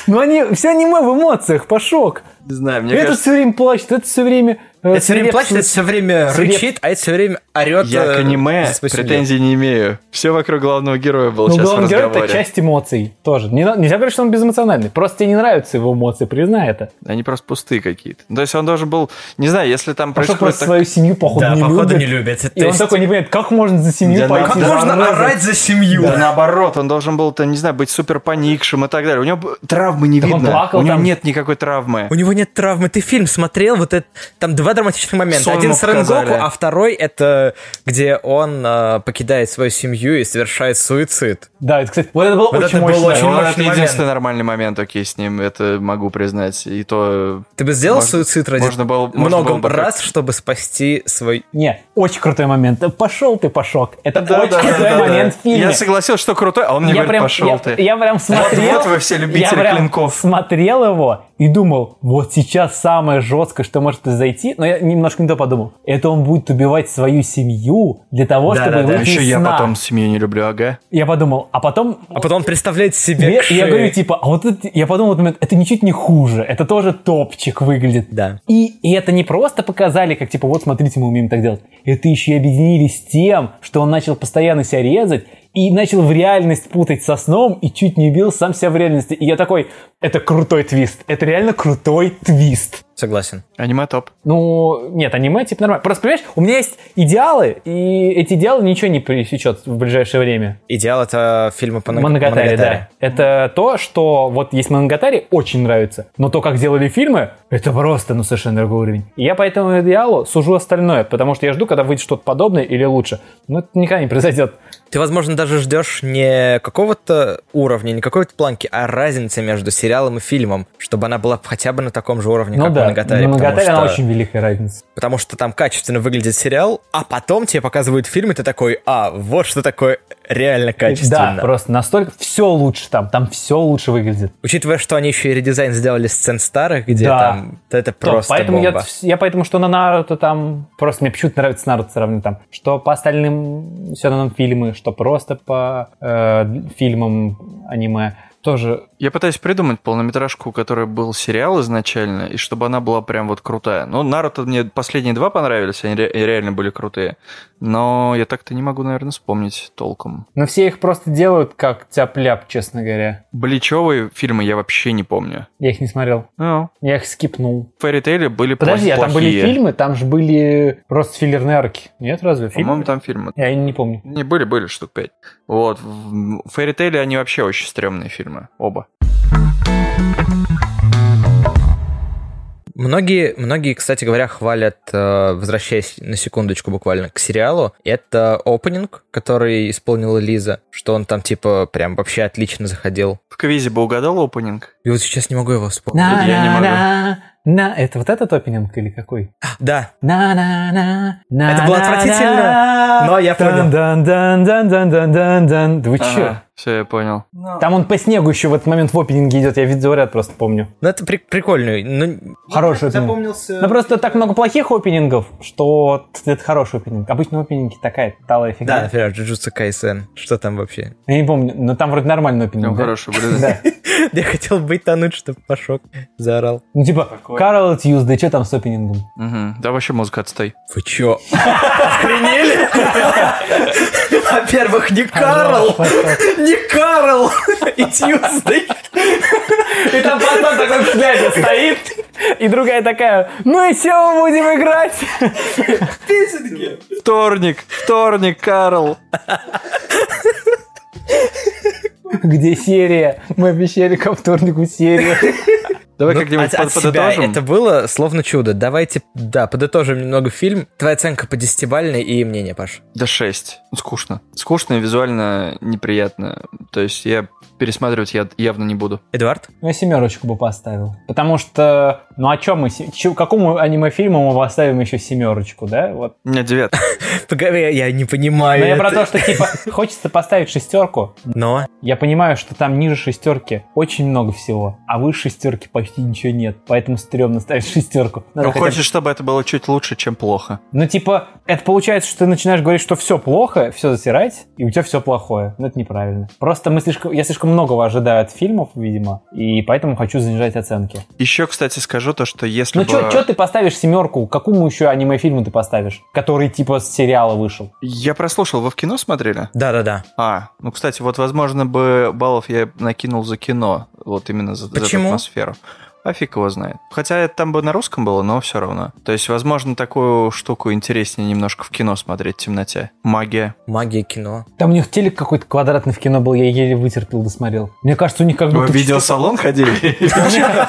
Но Ну, они все аниме в эмоциях, пошок. Не знаю, мне Это кажется, все время плачет, это все время... э, Это все время плачет, это все время свиреп- рычит, а это все время э, орет. я к аниме претензий не имею. Все вокруг главного героя было Ну, сейчас в главный герой разговоре. это часть эмоций тоже. Не на- нельзя говорить, что он безэмоциональный. Просто тебе не нравятся его эмоции, признай это. Они просто пустые какие-то. То есть он должен был... Не знаю, если там А что происходит... просто так- свою семью, походу, Да, не походу любит. не любит. И он такой не понимает, как можно за семью Да пойти. Как Да, можно зараза? орать за семью? Да наоборот, он должен был, там, не знаю, быть супер поникшим и так далее. У него б- травмы не Так он видно. плакал у него там. нет никакой травмы. У него нет травмы. Ты фильм смотрел, вот это там два драматичных момента. Сон Один ему с Ренгоку, показали. а второй это где он э, покидает свою семью и совершает суицид. Да, это, кстати, вот это было Вот это очень было мощно. очень Вот мощный Э, ну, это момент. единственный нормальный момент, окей, с ним, это могу признать. И то... Ты бы сделал Можно- суицид ради можно было- можно много было бы как- раз, чтобы спасти свой... Не, очень крутой момент. Да Пошел ты, Пашок. Это очень крутой да, да. момент в фильме. Я согласился, что крутой, а он мне говорит, пошел я, ты. я прям смотрел. вот вы все любители я прям клинков. смотрел его и думал, вот сейчас самое жесткое, что может произойти. Но я немножко не то подумал. Это он будет убивать свою семью для того, Да, чтобы да, да. А выйти еще из я сна. потом семью не люблю, ага. Я подумал, а потом... А потом он представляет себе... Я, к я шее. говорю, типа, а вот это, я подумал, в этот момент, это ничуть не хуже, это тоже топчик выглядит. Да. И, и это не просто показали, как типа, вот смотрите, мы умеем так делать. Это еще и объединили с тем, что он начал постоянно себя резать и начал в реальность путать со сном и чуть не убил сам себя в реальности. И я такой, это крутой твист, это реально крутой твист. Согласен. Аниме топ. Ну, нет, аниме типа нормально. Просто, понимаешь, у меня есть идеалы, и эти идеалы ничего не пресечет в ближайшее время. Идеал это фильмы по Мангатари, да. Это то, что вот есть Мангатари, очень нравится. Но то, как делали фильмы, это просто, ну, совершенно другой уровень. И я по этому идеалу сужу остальное, потому что я жду, когда выйдет что-то подобное или лучше. Но это никогда не произойдет. Ты, возможно, даже ждешь не какого-то уровня, не какой-то планки, а разницы между сериалом и фильмом, чтобы она была хотя бы на таком же уровне, ну как да, Мангатари. на потому Мангатари она что- очень великая разница. Потому что там качественно выглядит сериал, а потом тебе показывают фильм, и ты такой, а, вот что такое реально качественно. Да, просто настолько все лучше там, там все лучше выглядит. Учитывая, что они еще и редизайн сделали сцен старых, где Да. там вот это просто поэтому бомба. я, я поэтому, что на Наруто там, просто мне почему-то нравится Наруто сравнивать там, что по остальным сёнэнам фильмы, что просто по э, фильмам аниме. тоже... Я пытаюсь придумать полнометражку, у которой был сериал изначально, и чтобы она была прям вот крутая. Ну, Наруто мне последние два понравились, они ре- реально были крутые. Но я так-то не могу, наверное, вспомнить толком. Но все их просто делают как тяп-ляп, честно говоря. Бличевые фильмы я вообще не помню. Я их не смотрел. Ну, Я их скипнул. Фэри Тейли были Подожди, а плохие. там были фильмы? Там же были просто филлерные арки. Нет, разве По-моему, фильмы? там фильмы. Я не помню. Не были, были штук пять. Вот. в- в Фэри Тейли они вообще очень стрёмные фильмы. Оба. Многие, многие, кстати говоря, хвалят, э, возвращаясь на секундочку буквально к сериалу, это опенинг, который исполнила Лиза, что он там типа прям вообще отлично заходил. В квизе бы угадал опенинг? И вот сейчас не могу его вспомнить. На, Я не на, могу. на, на. Это вот этот опенинг или какой? Да, На, на, на, на. Это было на, отвратительно, на. но я понял. Дан, дан, дан, дан, дан, дан, дан. Да вы чё? все, А, я понял. Там он по снегу еще в этот момент в опенинге идет, я видеоряд просто помню. ну это при- прикольный, ну Хороший опенинг. Запомнился... Ну просто так много плохих опенингов, что т- это хороший опенинг. Обычно опенинги такая талая да, фигня. например, Джуджутsu Кайсен, что там вообще? Ну, Я не помню, но там вроде нормальный Прям опенинг. да? хороший, блин. Да. Я хотел быть тонуть, чтобы пошок заорал. Ну типа, Карл Тьюздей, что там с опенингом? Мгм. Да вообще музыка отстой. Вы чё, охренели? Во-первых, не Карл, не Карл и Тьюздей. А И там пацан такой в шляпе стоит, и другая такая, ну и чего мы будем играть? Вторник, вторник, Карл. Где серия? Мы обещали ко вторнику серию. Давай Ну, как-нибудь от- а, от под- себя подытожим. Это было словно чудо. Давайте, да, подытожим немного фильм. Твоя оценка по десятибальной и мнение, Паш. Да 6. Скучно. Скучно и визуально неприятно. То есть я пересматривать я явно не буду. Эдуард? Ну, я семерочку бы поставил. Потому что, ну о чем мы, се- чё- какому аниме-фильму мы поставим еще семерочку, да? Вот. У меня девятка. Погоди, я- я не понимаю. Но я про это. то, что типа хочется поставить шестерку. Но Я понимаю, что там ниже шестерки очень много всего, а выше шестерки почти ничего нет. Поэтому стрёмно ставить шестерку. Надо Ну, хотя бы- Хочешь, чтобы это было чуть лучше, чем плохо. Ну, типа, это получается, что ты начинаешь говорить, что все плохо, все затирать, и у тебя все плохое. Ну, это неправильно. Просто мы слишком, я слишком многого ожидаю от фильмов, видимо, и поэтому хочу занижать оценки. Еще, кстати, скажу то, что если Ну, Типа бы... что ты поставишь семерку? Какому еще аниме-фильму ты поставишь? Который, типа, с сериала вышел. Я прослушал, вы в кино смотрели? да-да-да. А, ну, кстати, вот, возможно, бы баллов я накинул за кино, вот именно за, за Почему? эту атмосферу. А фиг его знает. Хотя это там бы на русском было, но все равно. То есть, возможно, такую штуку интереснее немножко в кино смотреть в темноте. Магия. Магия кино. Там у них телек какой-то квадратный в кино был, я еле вытерпел, досмотрел. Мне кажется, у них Ну, как Вы будто... в видеосалон ходили?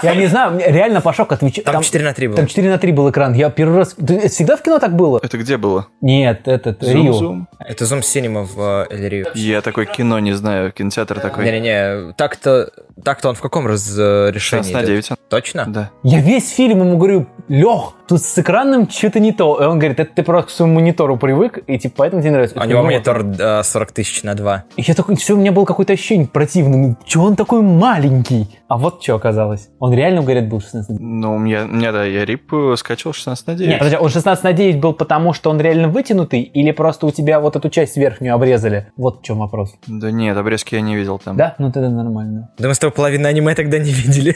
Я не знаю, мне реально пошок от вече- Там, 4 на 3 было. Там 4 на 3 был экран. Я первый раз... Да, это Всегда в кино так было? Это где было? Нет, этот, Рио. Зум-зум. Это Zoom Cinema в э, Эльрию. Я такой кино не знаю, кинотеатр такой. Не-не-не, так-то так-то он в каком разрешении? 16 на идет? 9. А. Точно? Да. Я весь фильм ему говорю, Лех, тут с экраном что-то не то. И он говорит, это ты просто к своему монитору привык, и типа поэтому тебе не нравится. У него монитор э, 40 тысяч на 2. И я такой, все, у меня было какое-то ощущение противное. Ну, чего он такой маленький? А вот что оказалось. Он реально, говорят, был 16 на 9. Ну, у меня, у меня, да, я рип э, скачал 16 на Нет, 9. подожди, он 16 на 9 был потому, что он реально вытянутый, или просто у тебя вот эту часть верхнюю обрезали? Вот в чем вопрос. Да нет, обрезки я не видел там. Да? Ну тогда нормально. Да мы с тобой половину аниме тогда не видели.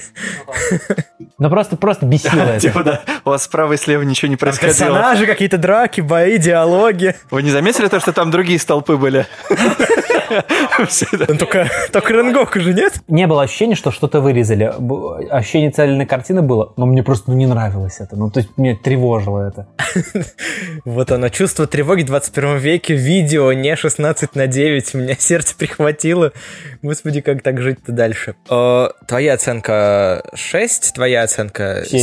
Ну просто, просто бесило это. Типа, да, у вас справа и слева ничего не Там происходило. персонажи, какие-то драки, бои, диалоги. Вы не заметили то, что там другие столпы были? Ну, Только, только Ренгок уже нет? Не было ощущения, что что-то вырезали. Б- Ощущение цельной картины было, но мне просто ну, не нравилось это. Ну, то есть, мне тревожило это. Вот оно, чувство тревоги в 21 веке, видео не 16 на 9, у меня сердце прихватило. Господи, как так жить-то дальше? Э, твоя оценка 6, твоя оценка Семь.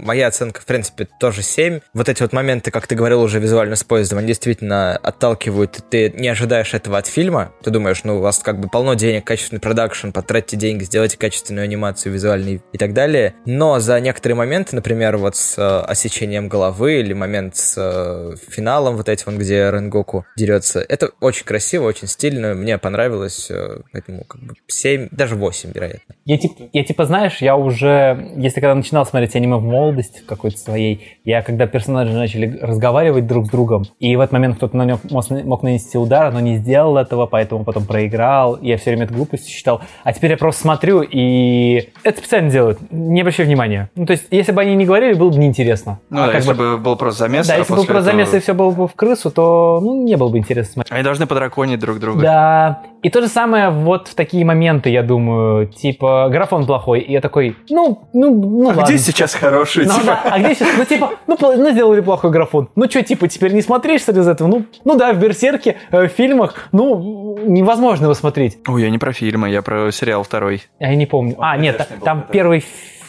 7. моя оценка, в принципе, тоже 7. Вот эти вот моменты, как ты говорил уже визуально с поездом, они действительно отталкивают, и ты не ожидаешь этого от фильма. Ты думаешь, ну, у вас как бы полно денег, качественный продакшн, потратьте деньги, сделайте качественную анимацию, визуальный и так далее. Но за некоторые моменты, например, вот с э, осечением головы или момент с э, финалом вот этим, где Ренгоку дерется, это очень красиво, очень стильно, мне понравилось, э, поэтому как бы 7, даже 8, вероятно. Я, тип- я типа, знаешь, я уже я, если когда начинал смотреть аниме в молодости в какой-то своей, я когда персонажи начали разговаривать друг с другом, и в этот момент кто-то на нем мос- мог нанести удар, но не сделал этого, поэтому потом проиграл, и я все время это глупостью считал. А теперь я просто смотрю, и это специально делают, не обращай внимания. Ну, то есть, если бы они не говорили, было бы неинтересно. Ну, А да, как если бы- бы был просто замес, да, а если бы после про этого- замес и все было бы в крысу, то ну, не было бы интересно смотреть. Они должны подраконить друг друга. Да. И то же самое вот в такие моменты, я думаю, типа, графон плохой, и я такой, ну, ну, ну А ладно. где сейчас хороший? Ну, типа? да, а где сейчас? Ну, типа, ну, пол- ну, сделали плохой графон. Ну, что, типа, теперь не смотришь что ли, из этого? Ну, ну да, в Берсерке, э, в фильмах, ну, невозможно его смотреть. Ой, я не про фильмы, я про сериал второй. А я не помню. А, Он нет, та- конечно был, там да. первый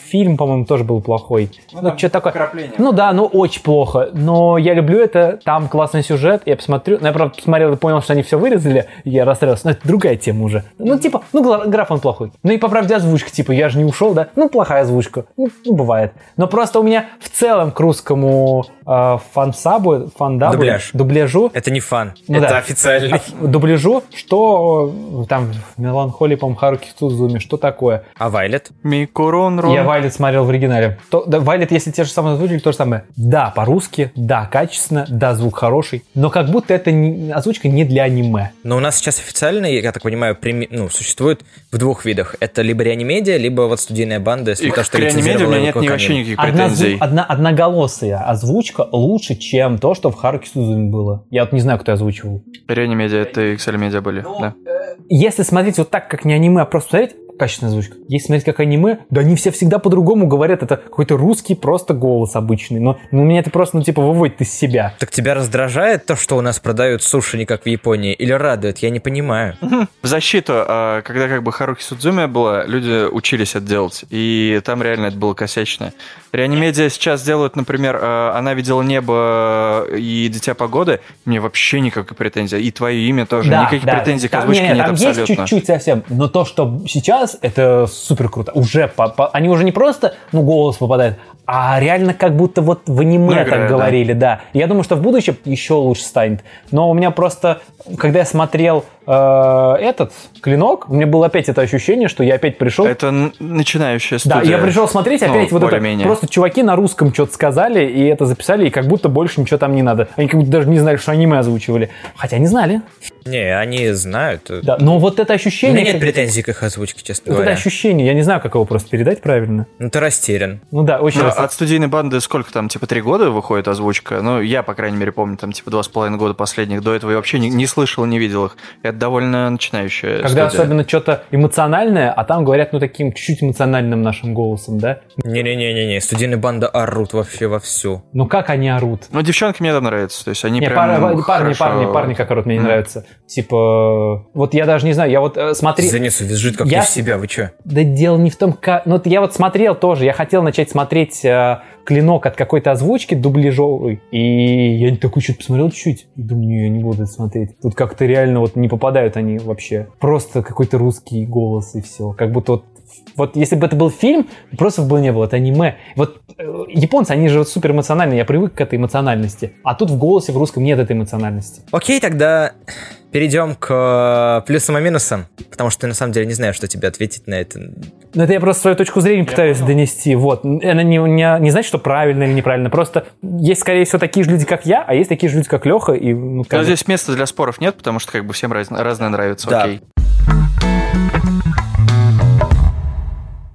фильм, по-моему, тоже был плохой. Ну, там что такое? вкрапление. Ну да, ну очень плохо. Но я люблю это, там классный сюжет, я посмотрю. Ну, я правда посмотрел и понял, что они все вырезали, и я расстроился. Но это другая тема уже. Ну, типа, ну, гла- граф он плохой. Ну и по правде озвучка, типа, я же не ушел, да? Ну, плохая озвучка. Ну, ну, бывает. Но просто у меня в целом к русскому э, фансабу, фандабу, Дубляж. дубляжу Это не фан, Ну это да. официальный. дубляжу, что э, там в меланхолии, по-моему, Харуки Судзуми, что такое. А Вайлет? Микурон Я Рон. Вайлет смотрел в оригинале. То, да, Вайлет, если те же самые озвучили, то же самое. Да, по-русски, да, качественно, да, звук хороший, но как будто это не- озвучка не для аниме. Но у нас сейчас официально, я так понимаю, преми- ну, существует в двух видах. Это либо реанимедия, либо вот студийная банда. если И то, к Реанимеди у лицензировала меня нет его ни- как вообще аниме. никаких Одна зву- претензий. одна- одноголосая озвучка лучше, чем то, что в Харуки Судзуми было. Я вот не знаю, кто озвучивал. Реанимеди, это и XL Media были, Ну, да. Если смотреть вот так, как не аниме, а просто смотреть, качественная озвучка. Если смотреть как аниме, да они все всегда по-другому говорят. Это какой-то русский просто голос обычный. Но но меня это просто, ну, типа, выводит из себя. Так тебя раздражает то, что у нас продают суши не как в Японии? Или радует? Я не понимаю. В защиту, а, когда как бы Харуки Судзуми была, люди учились это делать, и там реально это было косячно. Реанимедия сейчас делают, например, а, «Она видела небо» и «Дитя погоды», мне вообще никакой претензии, и «Твое имя» тоже, Да, никаких да. претензий к Там- озвучке не, нет там абсолютно. есть чуть-чуть совсем, но то, что сейчас, это супер круто. Уже по- по- они уже не просто, ну, голос попадает, а реально как будто вот в Ну, аниме играют, так да. говорили, да. Я думаю, что в будущем еще лучше станет. Но у меня просто, когда я смотрел э, этот клинок, у меня было опять это ощущение, что я опять пришел. Это н- начинающая студия. ну. Да, я пришел смотреть Ну, опять вот это. более-менее. Просто чуваки на русском что-то сказали, и это записали, и как будто больше ничего там не надо. Они как будто даже не знали, что аниме озвучивали. Хотя не знали. Не, они знают. Да, но вот это У ощущение... меня нет как- претензий к их озвучке, честно вот это говоря. ощущение, я не знаю, как его просто передать правильно. Ну, ты растерян. Ну да, очень Ну, раз- от студийной банды сколько там, типа, три года выходит озвучка? Ну, я, по крайней мере, помню, там, типа, два с половиной года последних. До этого я вообще не, не слышал, не видел их. Это довольно начинающая Когда студия. особенно что-то эмоциональное, а там говорят, ну, таким чуть-чуть эмоциональным нашим голосом, да? Не-не-не-не-не, студийная банда орут вообще вовсю. Ну, как они орут? Ну, девчонки мне там нравятся. То есть они Не, прям пар- парни, парни, хорошо- парни, парни, как орут, мне не Мгм. нравится. Типа, вот я даже не знаю, я вот э, смотри... Занесу визжит как Я- не в себя, вы чё? Да дело не в том, как... Ну, вот я вот смотрел тоже, я хотел начать смотреть э, «Клинок» от какой-то озвучки дубляжовой, и я такой что-то посмотрел чуть-чуть, и думаю, не, я не буду это смотреть. Тут как-то реально вот не попадают они вообще. Просто какой-то русский голос и все. Как будто вот вот если бы это был фильм, просто бы не было, это аниме. Вот э, японцы, они же вот супер эмоциональные, я привык к этой эмоциональности. А тут в голосе в русском нет этой эмоциональности. Окей, тогда перейдем к э, плюсам и минусам, потому что я на самом деле не знаю, что тебе ответить на это. Ну, это я просто свою точку зрения пытаюсь донести. Вот. Она не, не, не значит, что правильно или неправильно. Просто есть, скорее всего, такие же люди, как я, а есть такие же люди, как Леха. И, ну, как Но бы- здесь места для споров нет, потому что как бы всем раз- разное нравится, Да. окей.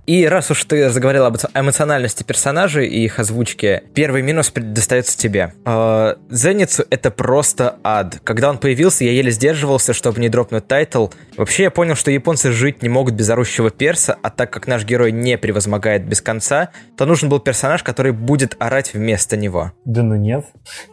И раз уж ты заговорил об эмоциональности персонажей и их озвучке, первый минус предостается тебе. Э, Зеницу это просто ад. Когда он появился, я еле сдерживался, чтобы не дропнуть тайтл. Вообще я понял, что японцы жить не могут без орущего перса, а так как наш герой не превозмогает без конца, то нужен был персонаж, который будет орать вместо него. Да ну нет.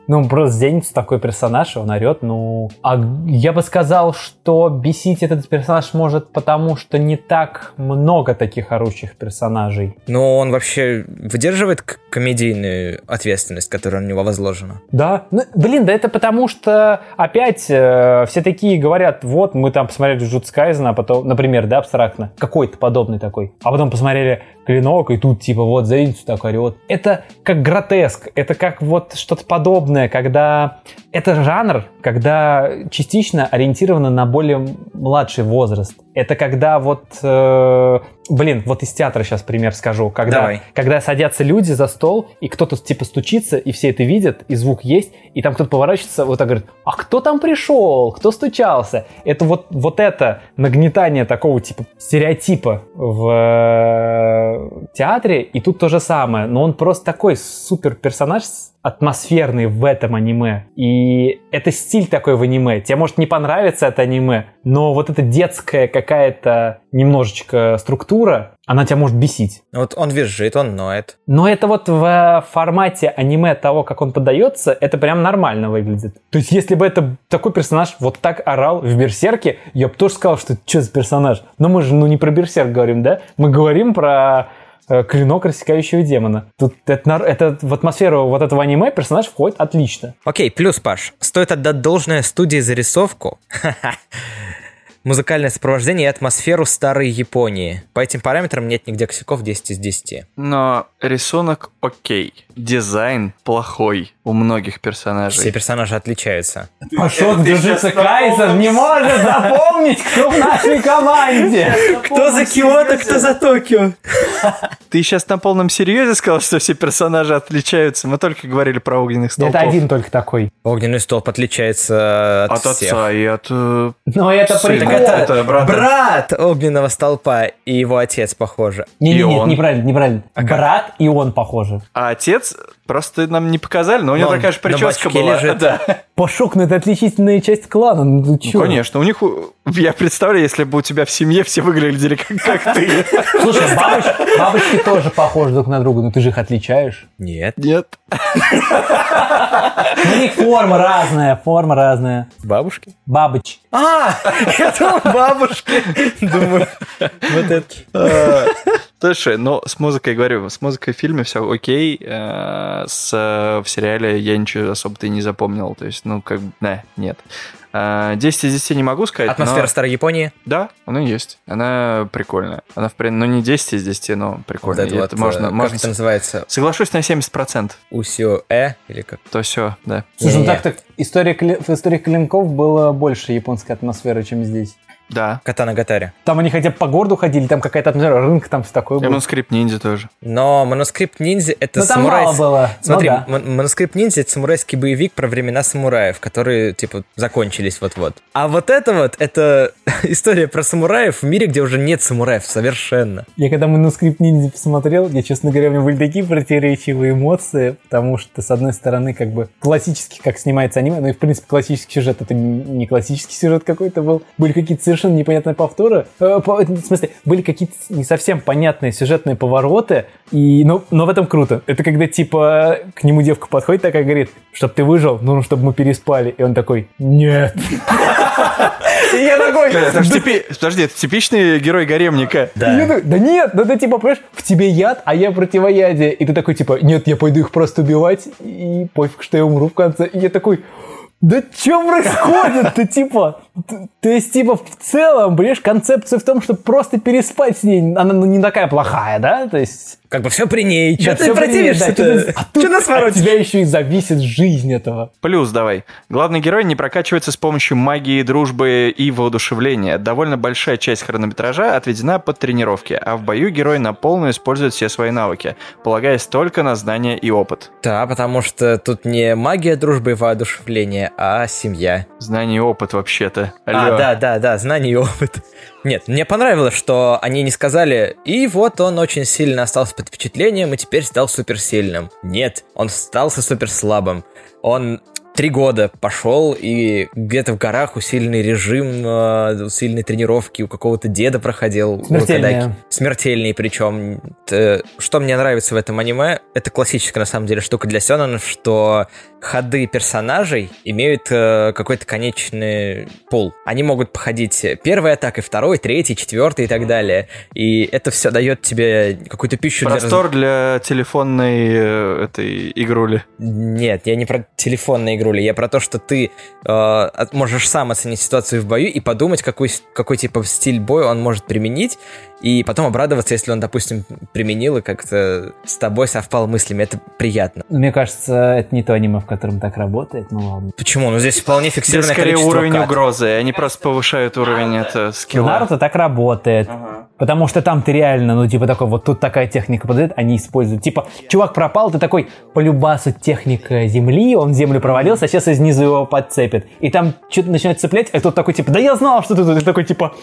Ну, просто Зеницу такой персонаж, он орет, ну... А я бы сказал, что бесить этот персонаж может потому, что не так много таких орущих персонажей. Но он вообще выдерживает к- комедийную ответственность, которая на него возложена. Да, ну, блин, да это потому что опять э, все такие говорят, вот мы там посмотрели Джуд Скайзена, а потом, например, да, абстрактно, какой-то подобный такой, а потом посмотрели клинок, и тут типа вот зритель так орет. Это как гротеск, это как вот что-то подобное, когда... Это жанр, когда частично ориентировано на более младший возраст. Это когда вот... э, блин, вот из театра сейчас пример скажу. Когда, Давай. когда садятся люди за стол, и кто-то типа стучится, и все это видят, и звук есть, и там кто-то поворачивается, вот так говорит, а кто там пришел, кто стучался? Это вот, вот это нагнетание такого типа стереотипа в э, театре, и тут то же самое, но он просто такой супер персонаж атмосферный в этом аниме. И это стиль такой в аниме. Тебе может не понравиться это аниме, но вот эта детская какая-то немножечко структура, она тебя может бесить. Вот он визжит, он ноет. Но это вот в э, формате аниме того, как он подается, это прям нормально выглядит. То есть, если бы это такой персонаж вот так орал в Берсерке, я бы тоже сказал, что что за персонаж. Но мы же ну не про Берсерк говорим, да? Мы говорим про э, клинок рассекающего демона. Тут это, нар- это в атмосферу вот этого аниме персонаж входит отлично. Окей, плюс, Паш, стоит отдать должное студии за рисовку. Музыкальное сопровождение и атмосферу старой Японии. По этим параметрам нет нигде косяков 10 из 10. Но рисунок окей. Дизайн плохой у многих Все персонажей. персонажи отличаются. Пашот Джужица Кайзер не может запомнить, кто в нашей команде. Кто за Киото, кто за Токио? Ты сейчас на полном серьезе сказал, что все персонажи отличаются. Мы только говорили про огненных столпов. Это один только такой. Огненный столб отличается от, От всех. отца и от... э, Но это сына. прикол. это- брат. Брат огненного столпа и его отец, похоже. Не, не, И нет, он. неправильно, неправильно. Брат и он похожи. А отец просто нам не показали, но у него Но он такая же на прическа бачке была. лежит. Да. Пашок, ну это отличительная часть клана. Ну, ты Ну, чё? конечно, у них... у- Я представляю, если бы у тебя в семье все выглядели как, как ты. Слушай, а бабоч- бабочки тоже похожи друг на друга, но ты же их отличаешь. Нет, Нет. Ну, У них форма разная, форма разная. бабушки. Бабоч. А, я думал, бабушки. Думаю, вот это. Э, Слушай, ну, с музыкой, говорю, с музыкой в фильме все окей. э, С, э, в сериале я ничего особо-то и не запомнил. То есть, ну, как бы, да, нет. Э, 10 из 10 не могу сказать, но- Атмосфера старой Японии. Да, она есть. Она прикольная. Она, в принципе, ну, не 10 из 10, но Вот прикольная. это И вот, это можно... э, можно Как это с- называется? Соглашусь на 70%. Усио-э? Или как? То все, да. Слушай, ну Не-не-не. так-то история кли- в истории клинков было больше японской атмосферы, чем здесь. Да. Кота на гатаре. Там они хотя бы по городу ходили, там какая-то атмосфера, рынок там все такое было. Эмонскрипт ниндзя тоже. Но манускрипт ниндзя это Но Ну, там самурай. мало было. Ну Смотри, да. ман- манускрипт ниндзя это самурайский боевик про времена самураев, которые типа закончились вот-вот. А вот это вот это история про самураев в мире, где уже нет самураев совершенно. Я когда манускрипт ниндзя посмотрел, я, честно говоря, у меня были такие противоречивые эмоции, потому что, с одной стороны, как бы классически, как снимается аниме, ну и, в принципе, классический сюжет, это н- не классический сюжет какой-то был, были какие-то совершенно непонятные повторы, э, по- в смысле, были какие-то не совсем понятные сюжетные повороты, и, но, но в этом круто. Это когда, типа, к нему девка подходит такая, говорит, чтобы ты выжил, нужно, чтобы мы переспали, и он такой, нет. И я такой, Э, Это ж типи- Подожди, это типичный герой гаремника. и я такой, да нет, ну ты типа, понимаешь, в тебе яд, а я противоядие. И ты такой, типа, нет, я пойду их просто убивать, и пофиг, что я умру в конце. И я такой, да что происходит Ты типа? Т- То есть, типа, в целом, понимаешь, концепция в том, что просто переспать с ней, она ну, не такая плохая, да? То есть... Как бы все при ней. Че да, ты всё понятно, да, чё ты- противишься-то? А Че тут нас от воротишь? тебя еще и зависит жизнь этого. Плюс давай. Главный герой не прокачивается с помощью магии, дружбы и воодушевления. Довольно большая часть хронометража отведена под тренировки, а в бою герой на полную использует все свои навыки, полагаясь только на знания и опыт. Да, потому что тут не магия дружбы и воодушевление, а семья. Знания и опыт вообще-то. А, Алло. да, да, да, знание и опыт. Нет, мне понравилось, что они не сказали, и вот он очень сильно остался под впечатлением и теперь стал суперсильным. Нет, он остался суперслабым. Он три года пошел и где-то в горах усиленный режим, э, усиленные тренировки у какого-то деда проходил. у Смертельные. Кадаки. Смертельные причем. Т- Что мне нравится в этом аниме, это классическая на самом деле штука для сёнэнов, что ходы персонажей имеют э, какой-то конечный пул. Они могут походить первой атакой, второй, третий, четвертый и так далее. И это все дает тебе какую-то пищу для раз- Простор для телефонной э, этой игрули. Нет, я не про телефонные игрули. Я про то, что ты э, от- можешь сам оценить ситуацию в бою и подумать, какой, с- какой типа стиль боя он может применить, и потом обрадоваться, если он, допустим, применил и как-то с тобой совпал мыслями. Это приятно. Мне кажется, это не то аниме, в котором так работает, ну ладно. Почему? Ну здесь вполне Здесь фиксированное скорее количество уровень кат. угрозы, они просто повышают уровень это В скилла. Наруто так работает. Потому что там ты реально, ну, типа, такой, вот тут такая техника подойдет, они используют. Типа, чувак пропал, ты такой, полюбасу техника земли, он в землю провалился, а сейчас из низу его подцепит. И там что-то начинает цеплять, а тут такой, типа, да я знал, что ты тут. И такой, типа,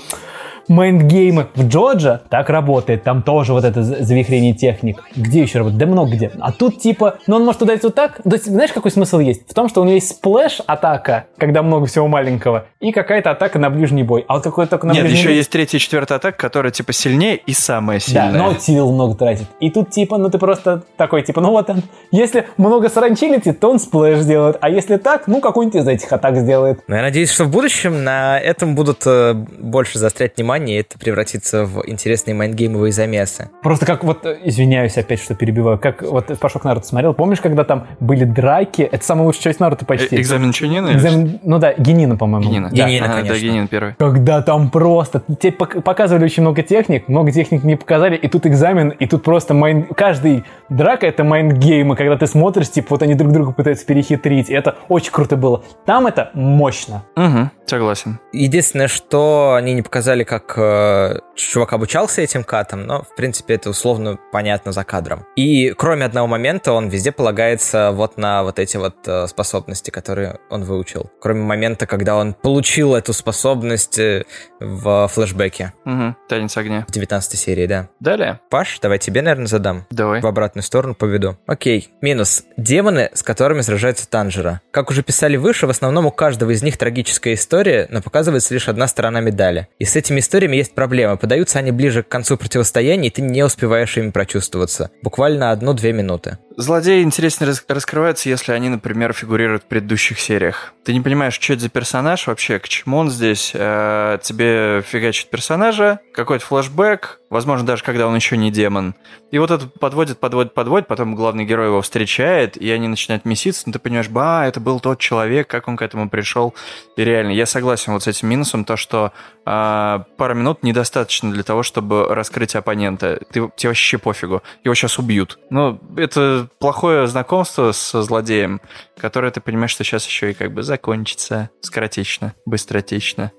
мейнгеймы. В Джоджа так работает, там тоже вот это за- завихрение техник. Где еще работает? Да много где. А тут, типа, ну, он может ударить вот так. То есть, знаешь, какой смысл есть? В том, что у него есть сплэш-атака, когда много всего маленького, и какая-то атака на ближний бой. А вот какой только на Нет, ближний еще бой- есть третья и четвертая атака, которая типа сильнее и Э, самая да, ну, сильная. но сил много тратит. И тут типа, ну ты просто такой, типа, ну вот он, если много саранчи летит, то он сплэш сделает, а если так, ну какой-нибудь из этих атак сделает. Но Ну, я надеюсь, что в будущем на этом будут э, больше заострять внимание, и это превратится в интересные майнгеймовые замесы. Просто как вот, э, извиняюсь опять, что перебиваю, как вот Пашок Наруто смотрел, помнишь, когда там были драки, это самая лучшая часть Наруто Э, почти. Экзамен Чунина? или что? Экзамен- Ну да, Генина, по-моему. Генина. Да. Генина, Ага, Да, конечно. Генин первый. Когда там просто... Тебе пок- показывали очень много техник, много техник не показали, и тут экзамен, и тут просто майн... Каждый драка — это майнгеймы, когда ты смотришь, типа, вот они друг друга пытаются перехитрить. И это очень круто было. Там это мощно. Угу, согласен. Единственное, что они не показали, как э, чувак обучался этим катам, но, в принципе, это условно понятно за кадром. И кроме одного момента, он везде полагается вот на вот эти вот э, способности, которые он выучил. Кроме момента, когда он получил эту способность э, в флешбеке Мгм, Танец огня. в 19 серии, да. Далее. Паш, давай тебе, наверное, задам. Давай. В обратную сторону поведу. Окей. Минус. Демоны, с которыми сражается Танжера. Как уже писали выше, в основном у каждого из них трагическая история, но показывается лишь одна сторона медали. И с этими историями есть проблема. Подаются они ближе к концу противостояния, и ты не успеваешь ими прочувствоваться. Буквально одну-две минуты. Злодеи интереснее рас- раскрываются, если они, например, фигурируют в предыдущих сериях. Ты не понимаешь, что это за персонаж вообще, к чему он здесь. э, тебе фигачит персонажа, какой-то флешбэк, возможно, даже когда он еще не демон. И вот это подводит, подводит, подводит, потом главный герой его встречает, и они начинают меситься, но ты понимаешь, ба, это был тот человек, как он к этому пришел. И реально, я согласен вот с этим минусом, то, что а, пара минут недостаточно для того, чтобы раскрыть оппонента. Ты, тебе вообще пофигу. Его сейчас убьют. Ну, это плохое знакомство со злодеем, которое ты понимаешь, что сейчас еще и как бы закончится скоротечно, быстротечно.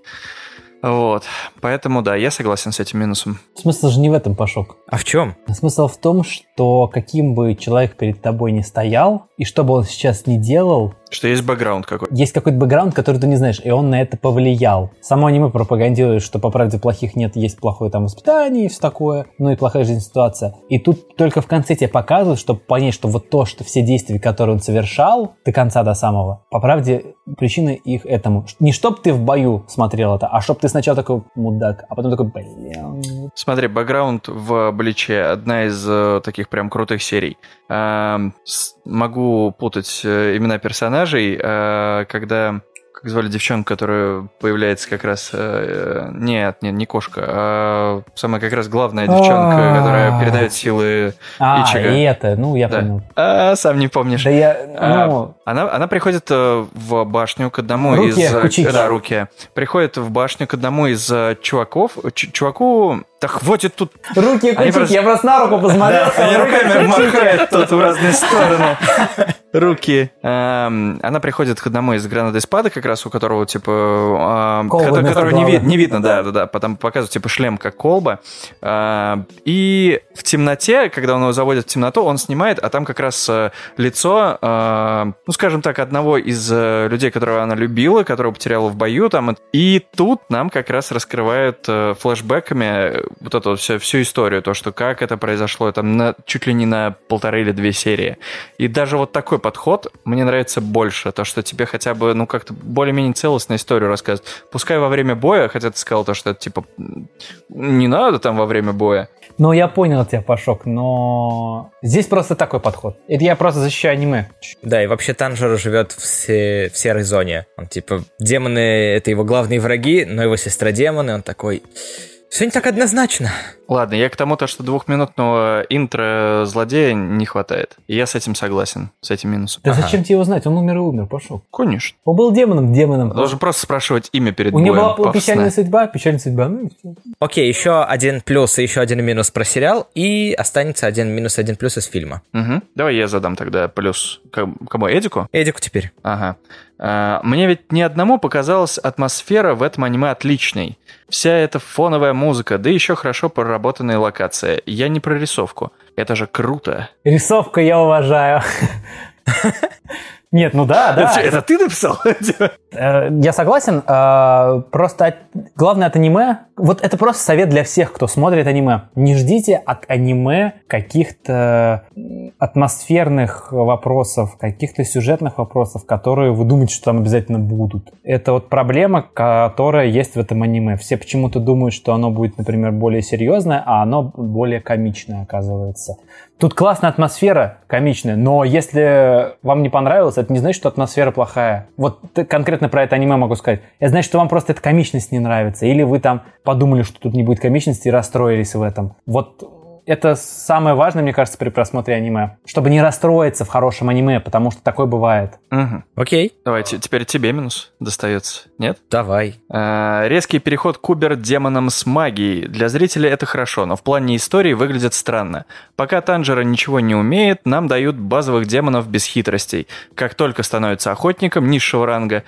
Вот. Поэтому, да, я согласен с этим минусом. Смысл же не в этом, Пашок. А в чем? Смысл в том, что каким бы человек перед тобой не стоял, и что бы он сейчас не делал, Что есть бэкграунд какой-то. есть какой-то бэкграунд, который ты не знаешь, и он на это повлиял. Само аниме пропагандирует, что по правде плохих нет, есть плохое там воспитание и все такое, ну и плохая жизнь ситуация. И тут только в конце тебе показывают, чтобы понять, что вот то, что все действия, которые он совершал до конца, до самого, по правде причина их этому. Не чтоб ты в бою смотрел это, а чтоб ты сначала такой мудак, а потом такой, блин, Смотри, бэкграунд в Бличе одна из э, таких прям крутых серий. Эм, с- могу путать э, имена персонажей, э, когда как звали девчонку, которая появляется как раз... э, нет, нет, не кошка, а самая как раз главная девчонка, А. которая передает силы... А, Ичиго. и это, ну я Да. понял. А, сам не помнишь. Да я, А, ну, Она, она приходит э, в башню к одному Руки, из... э, Кучики. Да, руки. Приходит в башню к одному из э, чуваков. Ч- чуваку... Да хватит тут руки они кучики, просто- я просто на руку посмотрел. Они руками махают тут в разные стороны. Руки. Эм, Она приходит к одному из гранат-спада, как раз у которого, типа, эм, Колба кото- вместо которого не головы. ви- не видно, да, да, да. Потом показывают, типа, шлем как колба. Эм, И в темноте, когда он его заводит в темноту, он снимает, а там как раз э, лицо, э, ну, скажем так, одного из э, людей, которого она любила, которого потеряла в бою там. И тут нам как раз раскрывают э, флешбэками э, вот эту вот всю, всю историю, то, что как это произошло, там на, чуть ли не на полторы или две серии. И даже вот такой подход мне нравится больше, то, что тебе хотя бы, ну, как-то более-менее целостную историю рассказывают. Пускай во время боя, хотя ты сказал то, что это, типа, м, не надо там во время боя. Ну, я понял тебя, Пашок, но здесь просто такой подход. Это я просто защищаю аниме. Да, и вообще Танжер живет в, се- в серой зоне. Он типа, демоны — это его главные враги, но его сестра демоны, он такой... Все не так однозначно. Ладно, я к тому, то, что двухминутного интро злодея не хватает. И я с этим согласен, с этим минусом. Да Ага. зачем тебе его знать? Он умер и умер, пошел. Конечно. Он был демоном, демоном. Должен просто спрашивать имя перед У него боем, была пафосно. печальная судьба, печальная судьба. Ну, и всё. Окей, еще один плюс и еще один минус про сериал, и останется один минус, один плюс из фильма. Мгм. Давай я задам тогда плюс. К- Кому? Эдику? Эдику теперь. Ага. А, Мне ведь ни одному показалась атмосфера в этом аниме отличной. Вся эта фоновая музыка, да еще хорошо проработанная локация. Я не про рисовку. Это же круто. Рисовку я уважаю. Нет, ну да, да. ты написал? Э, Я согласен. э, Просто от- главное от аниме. Вот это просто совет для всех, кто смотрит аниме. Не ждите от аниме каких-то м, атмосферных вопросов, каких-то сюжетных вопросов, которые вы думаете, что там обязательно будут. Это вот проблема, которая есть в этом аниме. Все почему-то думают, что оно будет, например, более серьезное, а оно более комичное оказывается. Тут классная атмосфера, комичная, но если вам не понравилось, это не значит, что атмосфера плохая. Вот т- конкретно про это аниме могу сказать. Это значит, что вам просто эта комичность не нравится, или вы там подумали, что тут не будет комичности и расстроились в этом. Вот это самое важное, мне кажется, при просмотре аниме. Чтобы не расстроиться в хорошем аниме, потому что такое бывает. Мгм. Окей, Давайте, теперь тебе минус достается, нет? давай. А, Резкий переход кубер демоном с магией. Для зрителя это хорошо, но в плане истории выглядит странно. Пока Танжера ничего не умеет, нам дают базовых демонов без хитростей. Как только становится охотником низшего ранга,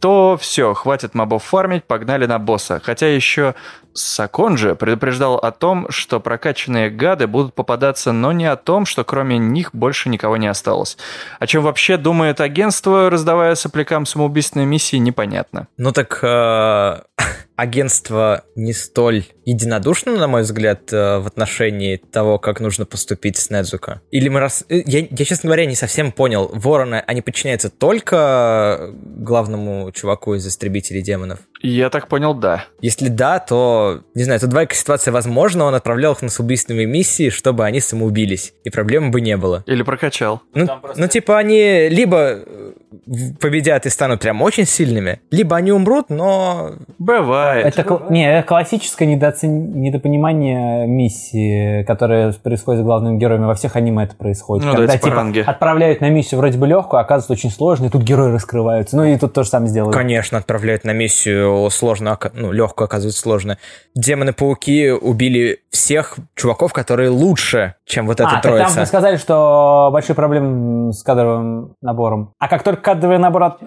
то все, хватит мобов фармить, погнали на босса. Хотя еще Саконжи предупреждал о том, что прокачанные гады будут попадаться, но не о том, что кроме них больше никого не осталось. О чем вообще думает агентство, раздавая соплякам самоубийственные миссии, непонятно. Ну так э, агентство не столь единодушно, на мой взгляд, э, в отношении того, как нужно поступить с Недзука. Или мы раз... э, Я, я, честно говоря, не совсем понял. Вороны, они подчиняются только э, главному чуваку из «Истребителей демонов». Я так понял, да. Если да, то, не знаю, тут двоякая ситуация возможно, он отправлял их на самоубийственные миссии, чтобы они самоубились, и проблем бы не было. Или прокачал. Ну, ну, типа, они либо э, в- победят и станут прям очень сильными, либо они умрут, но Бывает. Это, кл- не, это классическое недооцен- недопонимание миссии, которое происходит с главными героями. Во всех аниме это происходит. Ну да, типа ранги. отправляют на миссию вроде бы легкую, а оказывается очень сложную, и тут герои раскрываются. Ну и тут тоже сам сделают. Конечно, отправляют на миссию сложно, ока- ну, легкую, оказывается, сложно. Демоны-пауки убили всех чуваков, которые лучше, чем вот эта а, так там троица. вы сказали, что большие проблемы с кадровым набором. А как только кадровый набор от-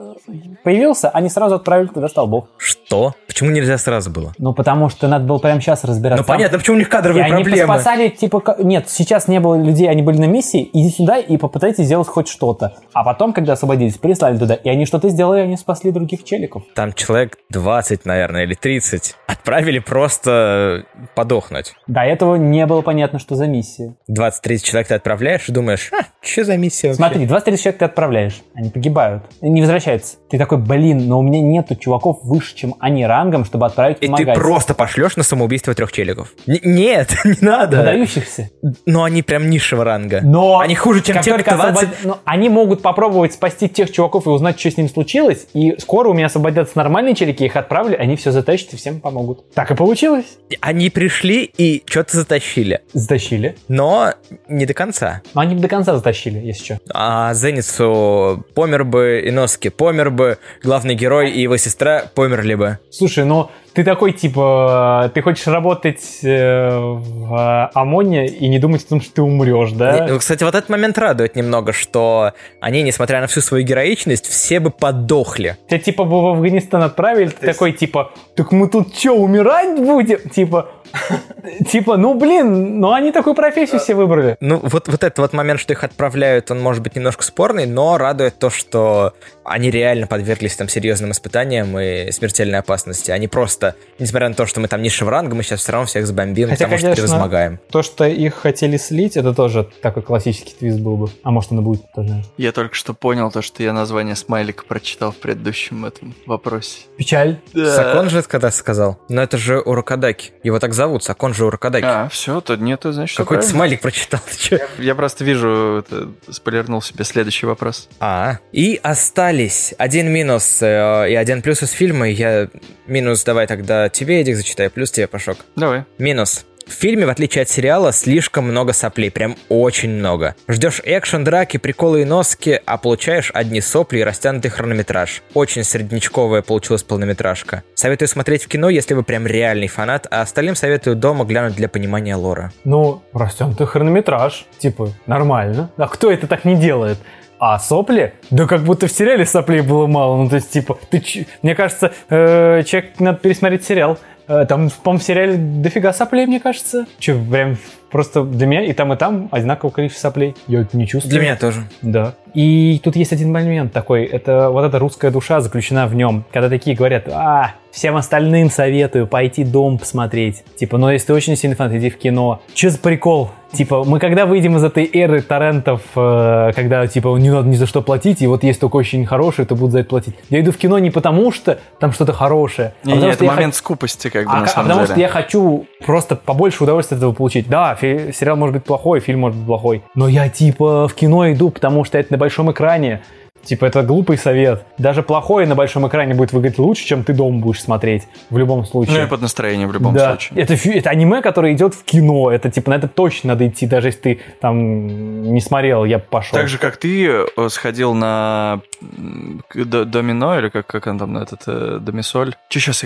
появился, они сразу отправили туда столбов. Что? Почему нельзя сразу было? Ну, потому что надо было прямо сейчас разбираться. Ну, понятно, почему у них И кадровые они проблемы. спасали, типа, ка- нет, сейчас не было людей, они были на миссии, иди сюда и попытайтесь сделать хоть что-то. А потом, когда освободились, прислали туда, и они что-то сделали, они спасли других челиков. Там человек 20, наверное, или 30. Отправили просто подохнуть. До этого не было понятно, что за миссия. 20-30 человек ты отправляешь и думаешь, а, что за миссия вообще? Смотри, 20-30 человек ты отправляешь, они погибают, не возвращаются. Ты такой, блин, но у меня нету чуваков выше, чем они рангом, чтобы отправить И ты помогать. просто пошлешь на самоубийство трех челиков. Н- нет, не надо. Выдающихся. Но они прям низшего ранга. Но Они хуже, чем как те, только кто 20 освобод- ну, они могут попробовать спасти тех чуваков и узнать, что с ним случилось. И скоро у меня освободятся нормальные челики, я их отправлю, они все затащат и всем помогут. Так и получилось. Они пришли и что-то затащили. Затащили. Но не до конца. Но они бы до конца затащили, если что. А Зеницу помер бы, Иноски помер бы, главный герой и его сестра померли бы. Слушай, ну ты такой, типа, ты хочешь работать э, в э, ОМОНе и не думать о том, что ты умрешь, да? Ну, Кстати, вот этот момент радует немного, что они, несмотря на всю свою героичность, все бы подохли. Тебя типа бы в Афганистан отправили, ты такой типа, так мы тут что, умирать будем? Типа, типа, ну блин, ну они такую профессию все выбрали. Ну, вот, вот этот вот момент, что их отправляют, он может быть немножко спорный, но радует то, что они реально подверглись там серьезным испытаниям и смертельной опасности. Они просто, несмотря на то, что мы там низшего ранга, мы сейчас все равно всех забомбим, Хотя, потому что конечно, превозмогаем. То, что их хотели слить, это тоже такой классический твист был бы. А может, он и будет, кто знает. Я только что понял то, что я название смайлика прочитал в предыдущем этом вопросе. Печаль. Сакон же это когда сказал. Но это же Уракадаки. Его так зовут, Сакон же Уракадаки. А, все, то нет, то значит, всё Какой-то правильно. смайлик прочитал. ты чё? Я просто вижу, это, спойлернул себе следующий вопрос. А. И остались один минус э, и один плюс из фильма. Я минус давай тогда тебе, Эдик, зачитай. Плюс тебе, Пашок. Давай. Минус. В фильме, в отличие от сериала, слишком много соплей, прям очень много. Ждешь экшен, драки, приколы и носки, а получаешь одни сопли и растянутый хронометраж. Очень среднячковая получилась полнометражка. Советую смотреть в кино, если вы прям реальный фанат, а остальным советую дома глянуть для понимания лора. Ну, растянутый хронометраж. Типа, нормально. А кто это так не делает? А сопли? Да как будто в сериале соплей было мало. Ну, то есть, типа, ты ч- мне кажется, э, человек надо пересмотреть сериал. Э, Там, по-моему, в сериале дофига соплей, мне кажется. Че, прям просто для меня и там, и там одинаковое количество соплей. Я это не чувствую. Для меня тоже. Да. И тут есть один момент такой, это вот эта русская душа заключена в нем, когда такие говорят, а, всем остальным советую пойти дом посмотреть. Типа, ну если ты очень сильный фанат, иди в кино. Че за прикол? Типа, мы когда выйдем из этой эры торрентов, э, когда, типа, не надо ни за что платить, и вот есть только очень хорошие, то будут за это платить. Я иду в кино не потому, что там что-то хорошее, а Не, не, потому, это что я хо- момент скупости, как бы, а, на ка- а самом потому деле. что я хочу просто побольше удовольствия от этого получить. Да, фи- сериал может быть плохой, фильм может быть плохой. Но я типа в кино иду, потому что это на большом экране. Типа, это глупый совет. Даже плохое на большом экране будет выглядеть лучше, чем ты дома будешь смотреть. В любом случае. Ну и под настроение в любом да. случае. Это, фи- это аниме, которое идет в кино. Это типа на это точно надо идти, даже если ты там не смотрел, я бы пошел. Так же, как ты э, сходил на м, к- до- домино, или как, как он там, на этот, э, домисоль. Че сейчас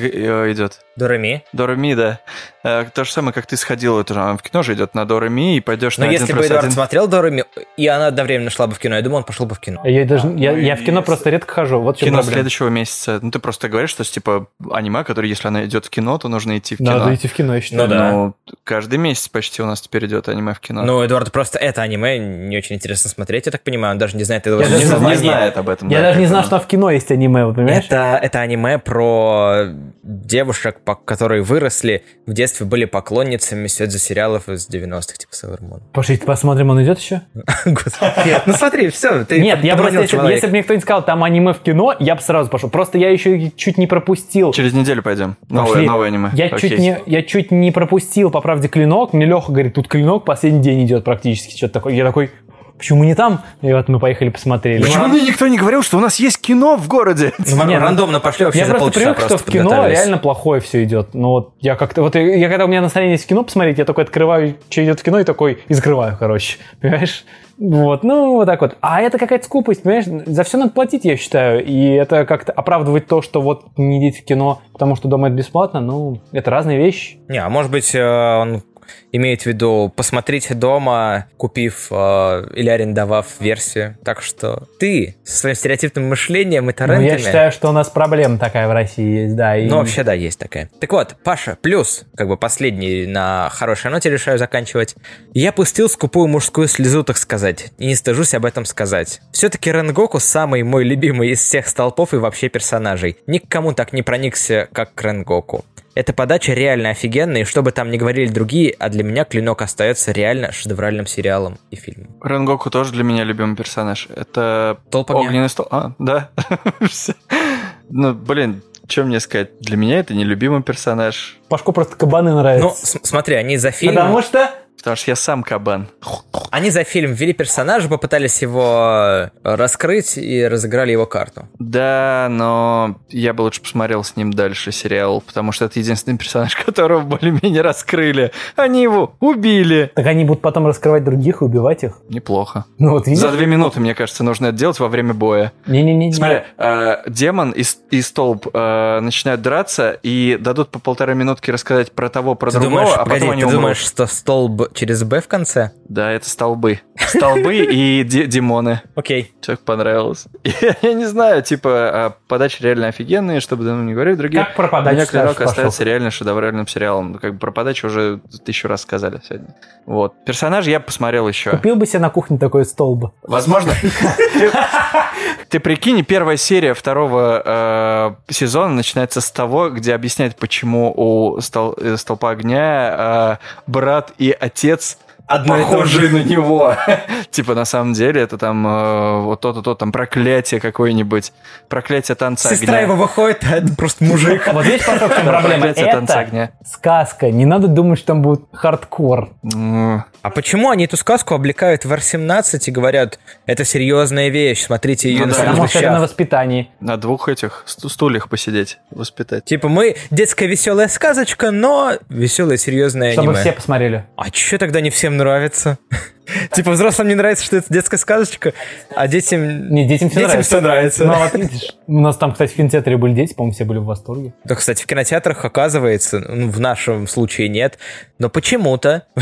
идет? Дурами. Дорами, да. Э, То же самое, как ты сходил, это же а, в кино же идет на Дорами, и пойдешь Но на если 1 бы плюс Эдуард 1. смотрел Дорами, и она одновременно шла бы в кино, я думаю, он пошел бы в кино. Я, даже, я, ну я и в кино с- просто редко хожу. Вот в чем кино проблема. следующего месяца. Ну, ты просто говоришь, что типа аниме, которое, если она идет в кино, то нужно идти в кино. Надо идти в кино, я считаю. Ну да. Ну, каждый месяц почти у нас теперь идет аниме в кино. Ну, Эдуард, просто это аниме не очень интересно смотреть, я так понимаю, он даже не знает этого. Я не, даже зна- не не знаю. знает об этом. Я да, даже не как знал, бы, что в кино есть аниме, вот понимаешь? Это, это аниме про девушек, по- которые выросли, в детстве были поклонницами сёдзи сериалов из 90-х, типа Sailor Moon. Пошли, посмотрим, он идет еще? Господи. Ну смотри, все, ты Нет, я подманил просто, если, человека. если бы мне кто-нибудь сказал, там аниме в кино, я бы сразу пошел. Просто я еще и чуть не пропустил. ну, Через неделю пойдем. Пошли. Новое, новое аниме. Я Окей. чуть, не, я чуть не пропустил, по правде, клинок. Мне Леха говорит, тут клинок последний день идет практически. Что-то такое. Я такой, почему не там? И вот мы поехали посмотрели. Почему мне никто не говорил, что у нас есть кино в городе? Ну, Марго, Нет, рандомно пошли вообще а Я за просто полчаса привык, что в кино подготовились. реально плохое все идет. Но вот я как-то... Вот я, я когда у меня настроение есть в кино посмотреть, я такой открываю, что идет в кино, и такой и закрываю, короче. Понимаешь? Вот, ну, вот так вот. А это какая-то скупость, понимаешь? За все надо платить, я считаю. И это как-то оправдывать то, что вот не идите в кино, потому что дома это бесплатно, ну, это разные вещи. Не, а может быть, э, он имеет в виду посмотреть дома, купив э, или арендовав версию. Так что ты со своим стереотипным мышлением и Но торрентами... Ну, я считаю, что у нас проблема такая в России есть, да. И... Ну, вообще, да, есть такая. Так вот, Паша, плюс, как бы последний на хорошей ноте решаю заканчивать. Я пустил скупую мужскую слезу, так сказать, и не стыжусь об этом сказать. Все-таки Ренгоку самый мой любимый из всех столпов и вообще персонажей. Ни к кому так не проникся, как к Ренгоку. Эта подача реально офигенная, и что бы там ни говорили другие, а для меня Клинок остается реально шедевральным сериалом и фильмом. Рангоку тоже для меня любимый персонаж. Это Толпа огня. огненный стол. А, да. Всё. Ну, блин, что мне сказать? Для меня это нелюбимый персонаж. Пашку просто кабаны нравятся. Ну, с- смотри, они за фильм... Э, Потому что... Потому что я сам кабан. Они за фильм ввели персонажа, попытались его э, раскрыть и разыграли его карту. Да, но я бы лучше посмотрел с ним дальше сериал, потому что это единственный персонаж, которого более-менее раскрыли. Они его убили. Так они будут потом раскрывать других и убивать их. Неплохо. Ну, вот видишь? За две минуты, мне кажется, нужно это делать во время боя. Не-не-не. Смотри, э, демон и, с- и столб э, начинают драться и дадут по полторы минутки рассказать про того, про Ты другого, думаешь, а погоди, потом они ты умрут. думаешь, что столб через Б в конце? Да, это столбы. Столбы и де- демоны. Окей. Человек понравилось. Я не знаю, типа, а подачи реально офигенные, чтобы давно не говорили другие. Как пропадать Для меня считаешь, «Клинок» Пашок? остается реально шедевральным сериалом. Ну, Как бы про подачу уже тысячу раз сказали сегодня. Вот. Персонаж я посмотрел еще. Купил бы себе на кухне такой столб. Возможно. Ты- Ты прикинь, первая серия второго э, сезона начинается с того, где объясняет, почему у стол- э, столпа огня э, брат и отец одно похожие на него. Типа, на самом деле, это там э, вот то-то, то там проклятие какое-нибудь. Проклятие танца Сестра огня. его выходит, а это просто мужик. Вот видишь, Пашок, в чем проблема? Проклятие танца огня. Это сказка. Не надо думать, что там будет хардкор. М, А почему они эту сказку облекают в R17 и говорят, это серьезная вещь, смотрите ее Ну на да. самих Потому что это вещах». на воспитании. На двух этих сту- стульях посидеть, воспитать. Типа мы детская веселая сказочка, но веселая серьезная Чтобы аниме. все посмотрели. А че тогда не всем нравится? Типа взрослым не нравится, что это детская сказочка, а детям... Не, детям все Детям нравится. все Ну, нравится. вот видишь. У нас там, кстати, в кинотеатре были дети, по-моему, все были в восторге. Да, кстати, в кинотеатрах, оказывается, ну, в нашем случае нет, но почему-то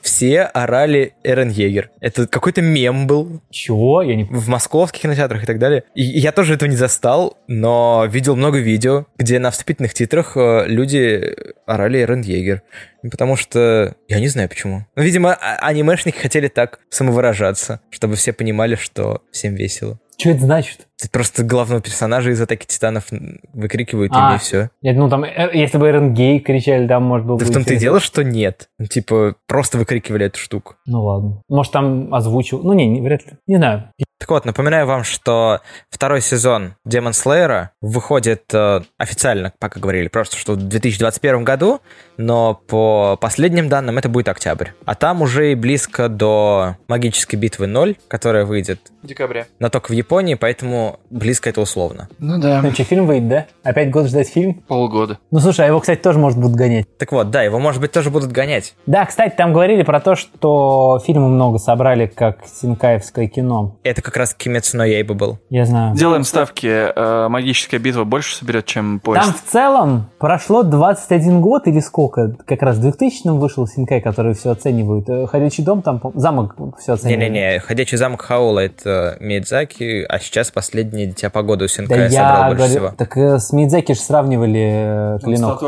все орали Эрен Егер. Это какой-то мем был, Чего? Я не... п- в московских кинотеатрах и так далее. И я тоже этого не застал, но видел много видео, где на вступительных титрах э, люди орали Эрен Егер. Потому что... Я не знаю почему. Ну, видимо, а- анимешники хотели так самовыражаться, чтобы все понимали, что всем весело. Что это значит? Ты просто главного персонажа из «Атаки Титанов» м, выкрикивают А. и все. Я, ну, там, э, если бы Эрен Гей кричали, там, может, было Да бы в том-то и интересно. дело, что нет. Ну, Типа, просто выкрикивали эту штуку. Ну, ладно. Может, там озвучил. Ну, не, не, вряд ли. Не знаю. Так вот, напоминаю вам, что второй сезон Демон Слейера выходит э, официально, пока говорили, просто что в 2021 году, но по последним данным это будет октябрь. А там уже и близко до магической битвы 0, которая выйдет, Декабря. но только в Японии, поэтому близко это условно. Ну да. Ну, что, фильм выйдет, да? Опять год ждать фильм? Полгода. Ну, слушай, а его, кстати, тоже, может, будут гонять. Так вот, да, его, может быть, тоже будут гонять. Да, кстати, там говорили про то, что фильмы много собрали, как синкаевское кино. Это как раз Кимецу но Яйба был. Я знаю. Делаем ставки. э, Магическая битва больше соберет, чем Там поезд. в целом прошло 21 год или сколько? Как раз в 2000 вышел Синкай, который все оценивают. Э, Ходячий дом, там по- замок все оценивает. Не-не-не, «Ходячий замок Хаула» — это Миядзаки, а сейчас «Последнее дитя погоды» у Да Синкая собрал я больше говорю, всего. так э, с Мидзаки же сравнивали э, клинок.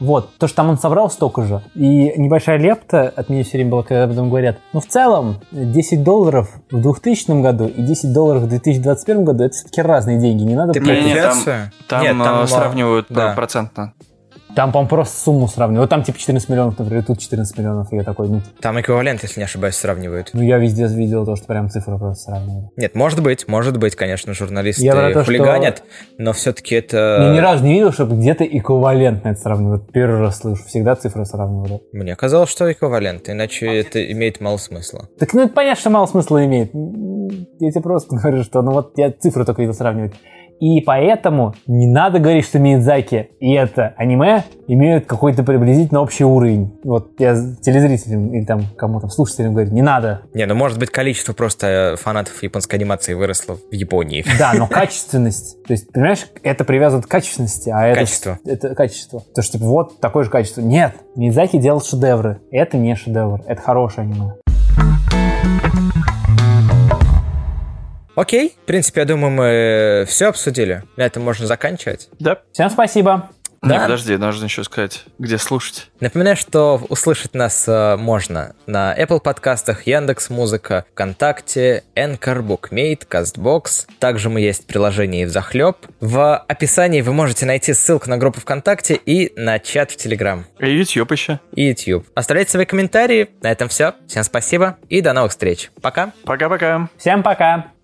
Вот, то, что там он собрал столько же. И небольшая лепта от меня все время была, когда об этом говорят. Но в целом, 10 долларов в 2000 году и 10 долларов в 2021 году это все-таки разные деньги. Не надо... Ты путать. про Не-не, там- инфляцию? Там, Нет, э, а, сравнивают да. про- процентно. Там, по-моему, просто сумму сравнивают. Вот там типа 14 миллионов, например, и тут 14 миллионов. И я такой, ну, Там эквивалент, если не ошибаюсь, сравнивают. ну, я везде видел то, что прям цифры просто сравнивают. Нет, может быть, может быть, конечно, журналисты Я про то, хулиганят, но все-таки это... Я ни разу не видел, чтобы где-то эквивалентно это сравнивают. Первый раз слышу. Всегда цифры сравнивали. Мне казалось, что эквивалент, иначе это имеет мало смысла. Так, ну, это понятно, что мало смысла имеет. Я тебе просто говорю, что ну вот я цифры только видел сравнивать. И поэтому не надо говорить, что Миядзаки и это аниме имеют какой-то приблизительно общий уровень. Вот я с телезрителям или там кому-то слушателям говорю, не надо. Не, ну может быть, количество просто э, фанатов японской анимации выросло в Японии. Да, но качественность. То есть, понимаешь, это привязано к качественности, а это... Качество. Это качество. То, что вот такое же качество. Нет, Миядзаки делал шедевры. Это не шедевр, это хорошее аниме. Окей, в принципе, я думаю, мы все обсудили. На этом можно заканчивать. Да? Всем спасибо. Не, Да. подожди, нужно еще сказать, где слушать. Напоминаю, что услышать нас э, можно на Apple подкастах, Яндекс Музыка, ВКонтакте, Anchor, Bookmate, CastBox. Также мы есть приложение в захлеб. В описании вы можете найти ссылку на группу ВКонтакте и на чат в Телеграм И YouTube еще. и YouTube. Оставляйте свои комментарии. На этом все. Всем спасибо и до новых встреч. Пока. Пока-пока. Всем пока.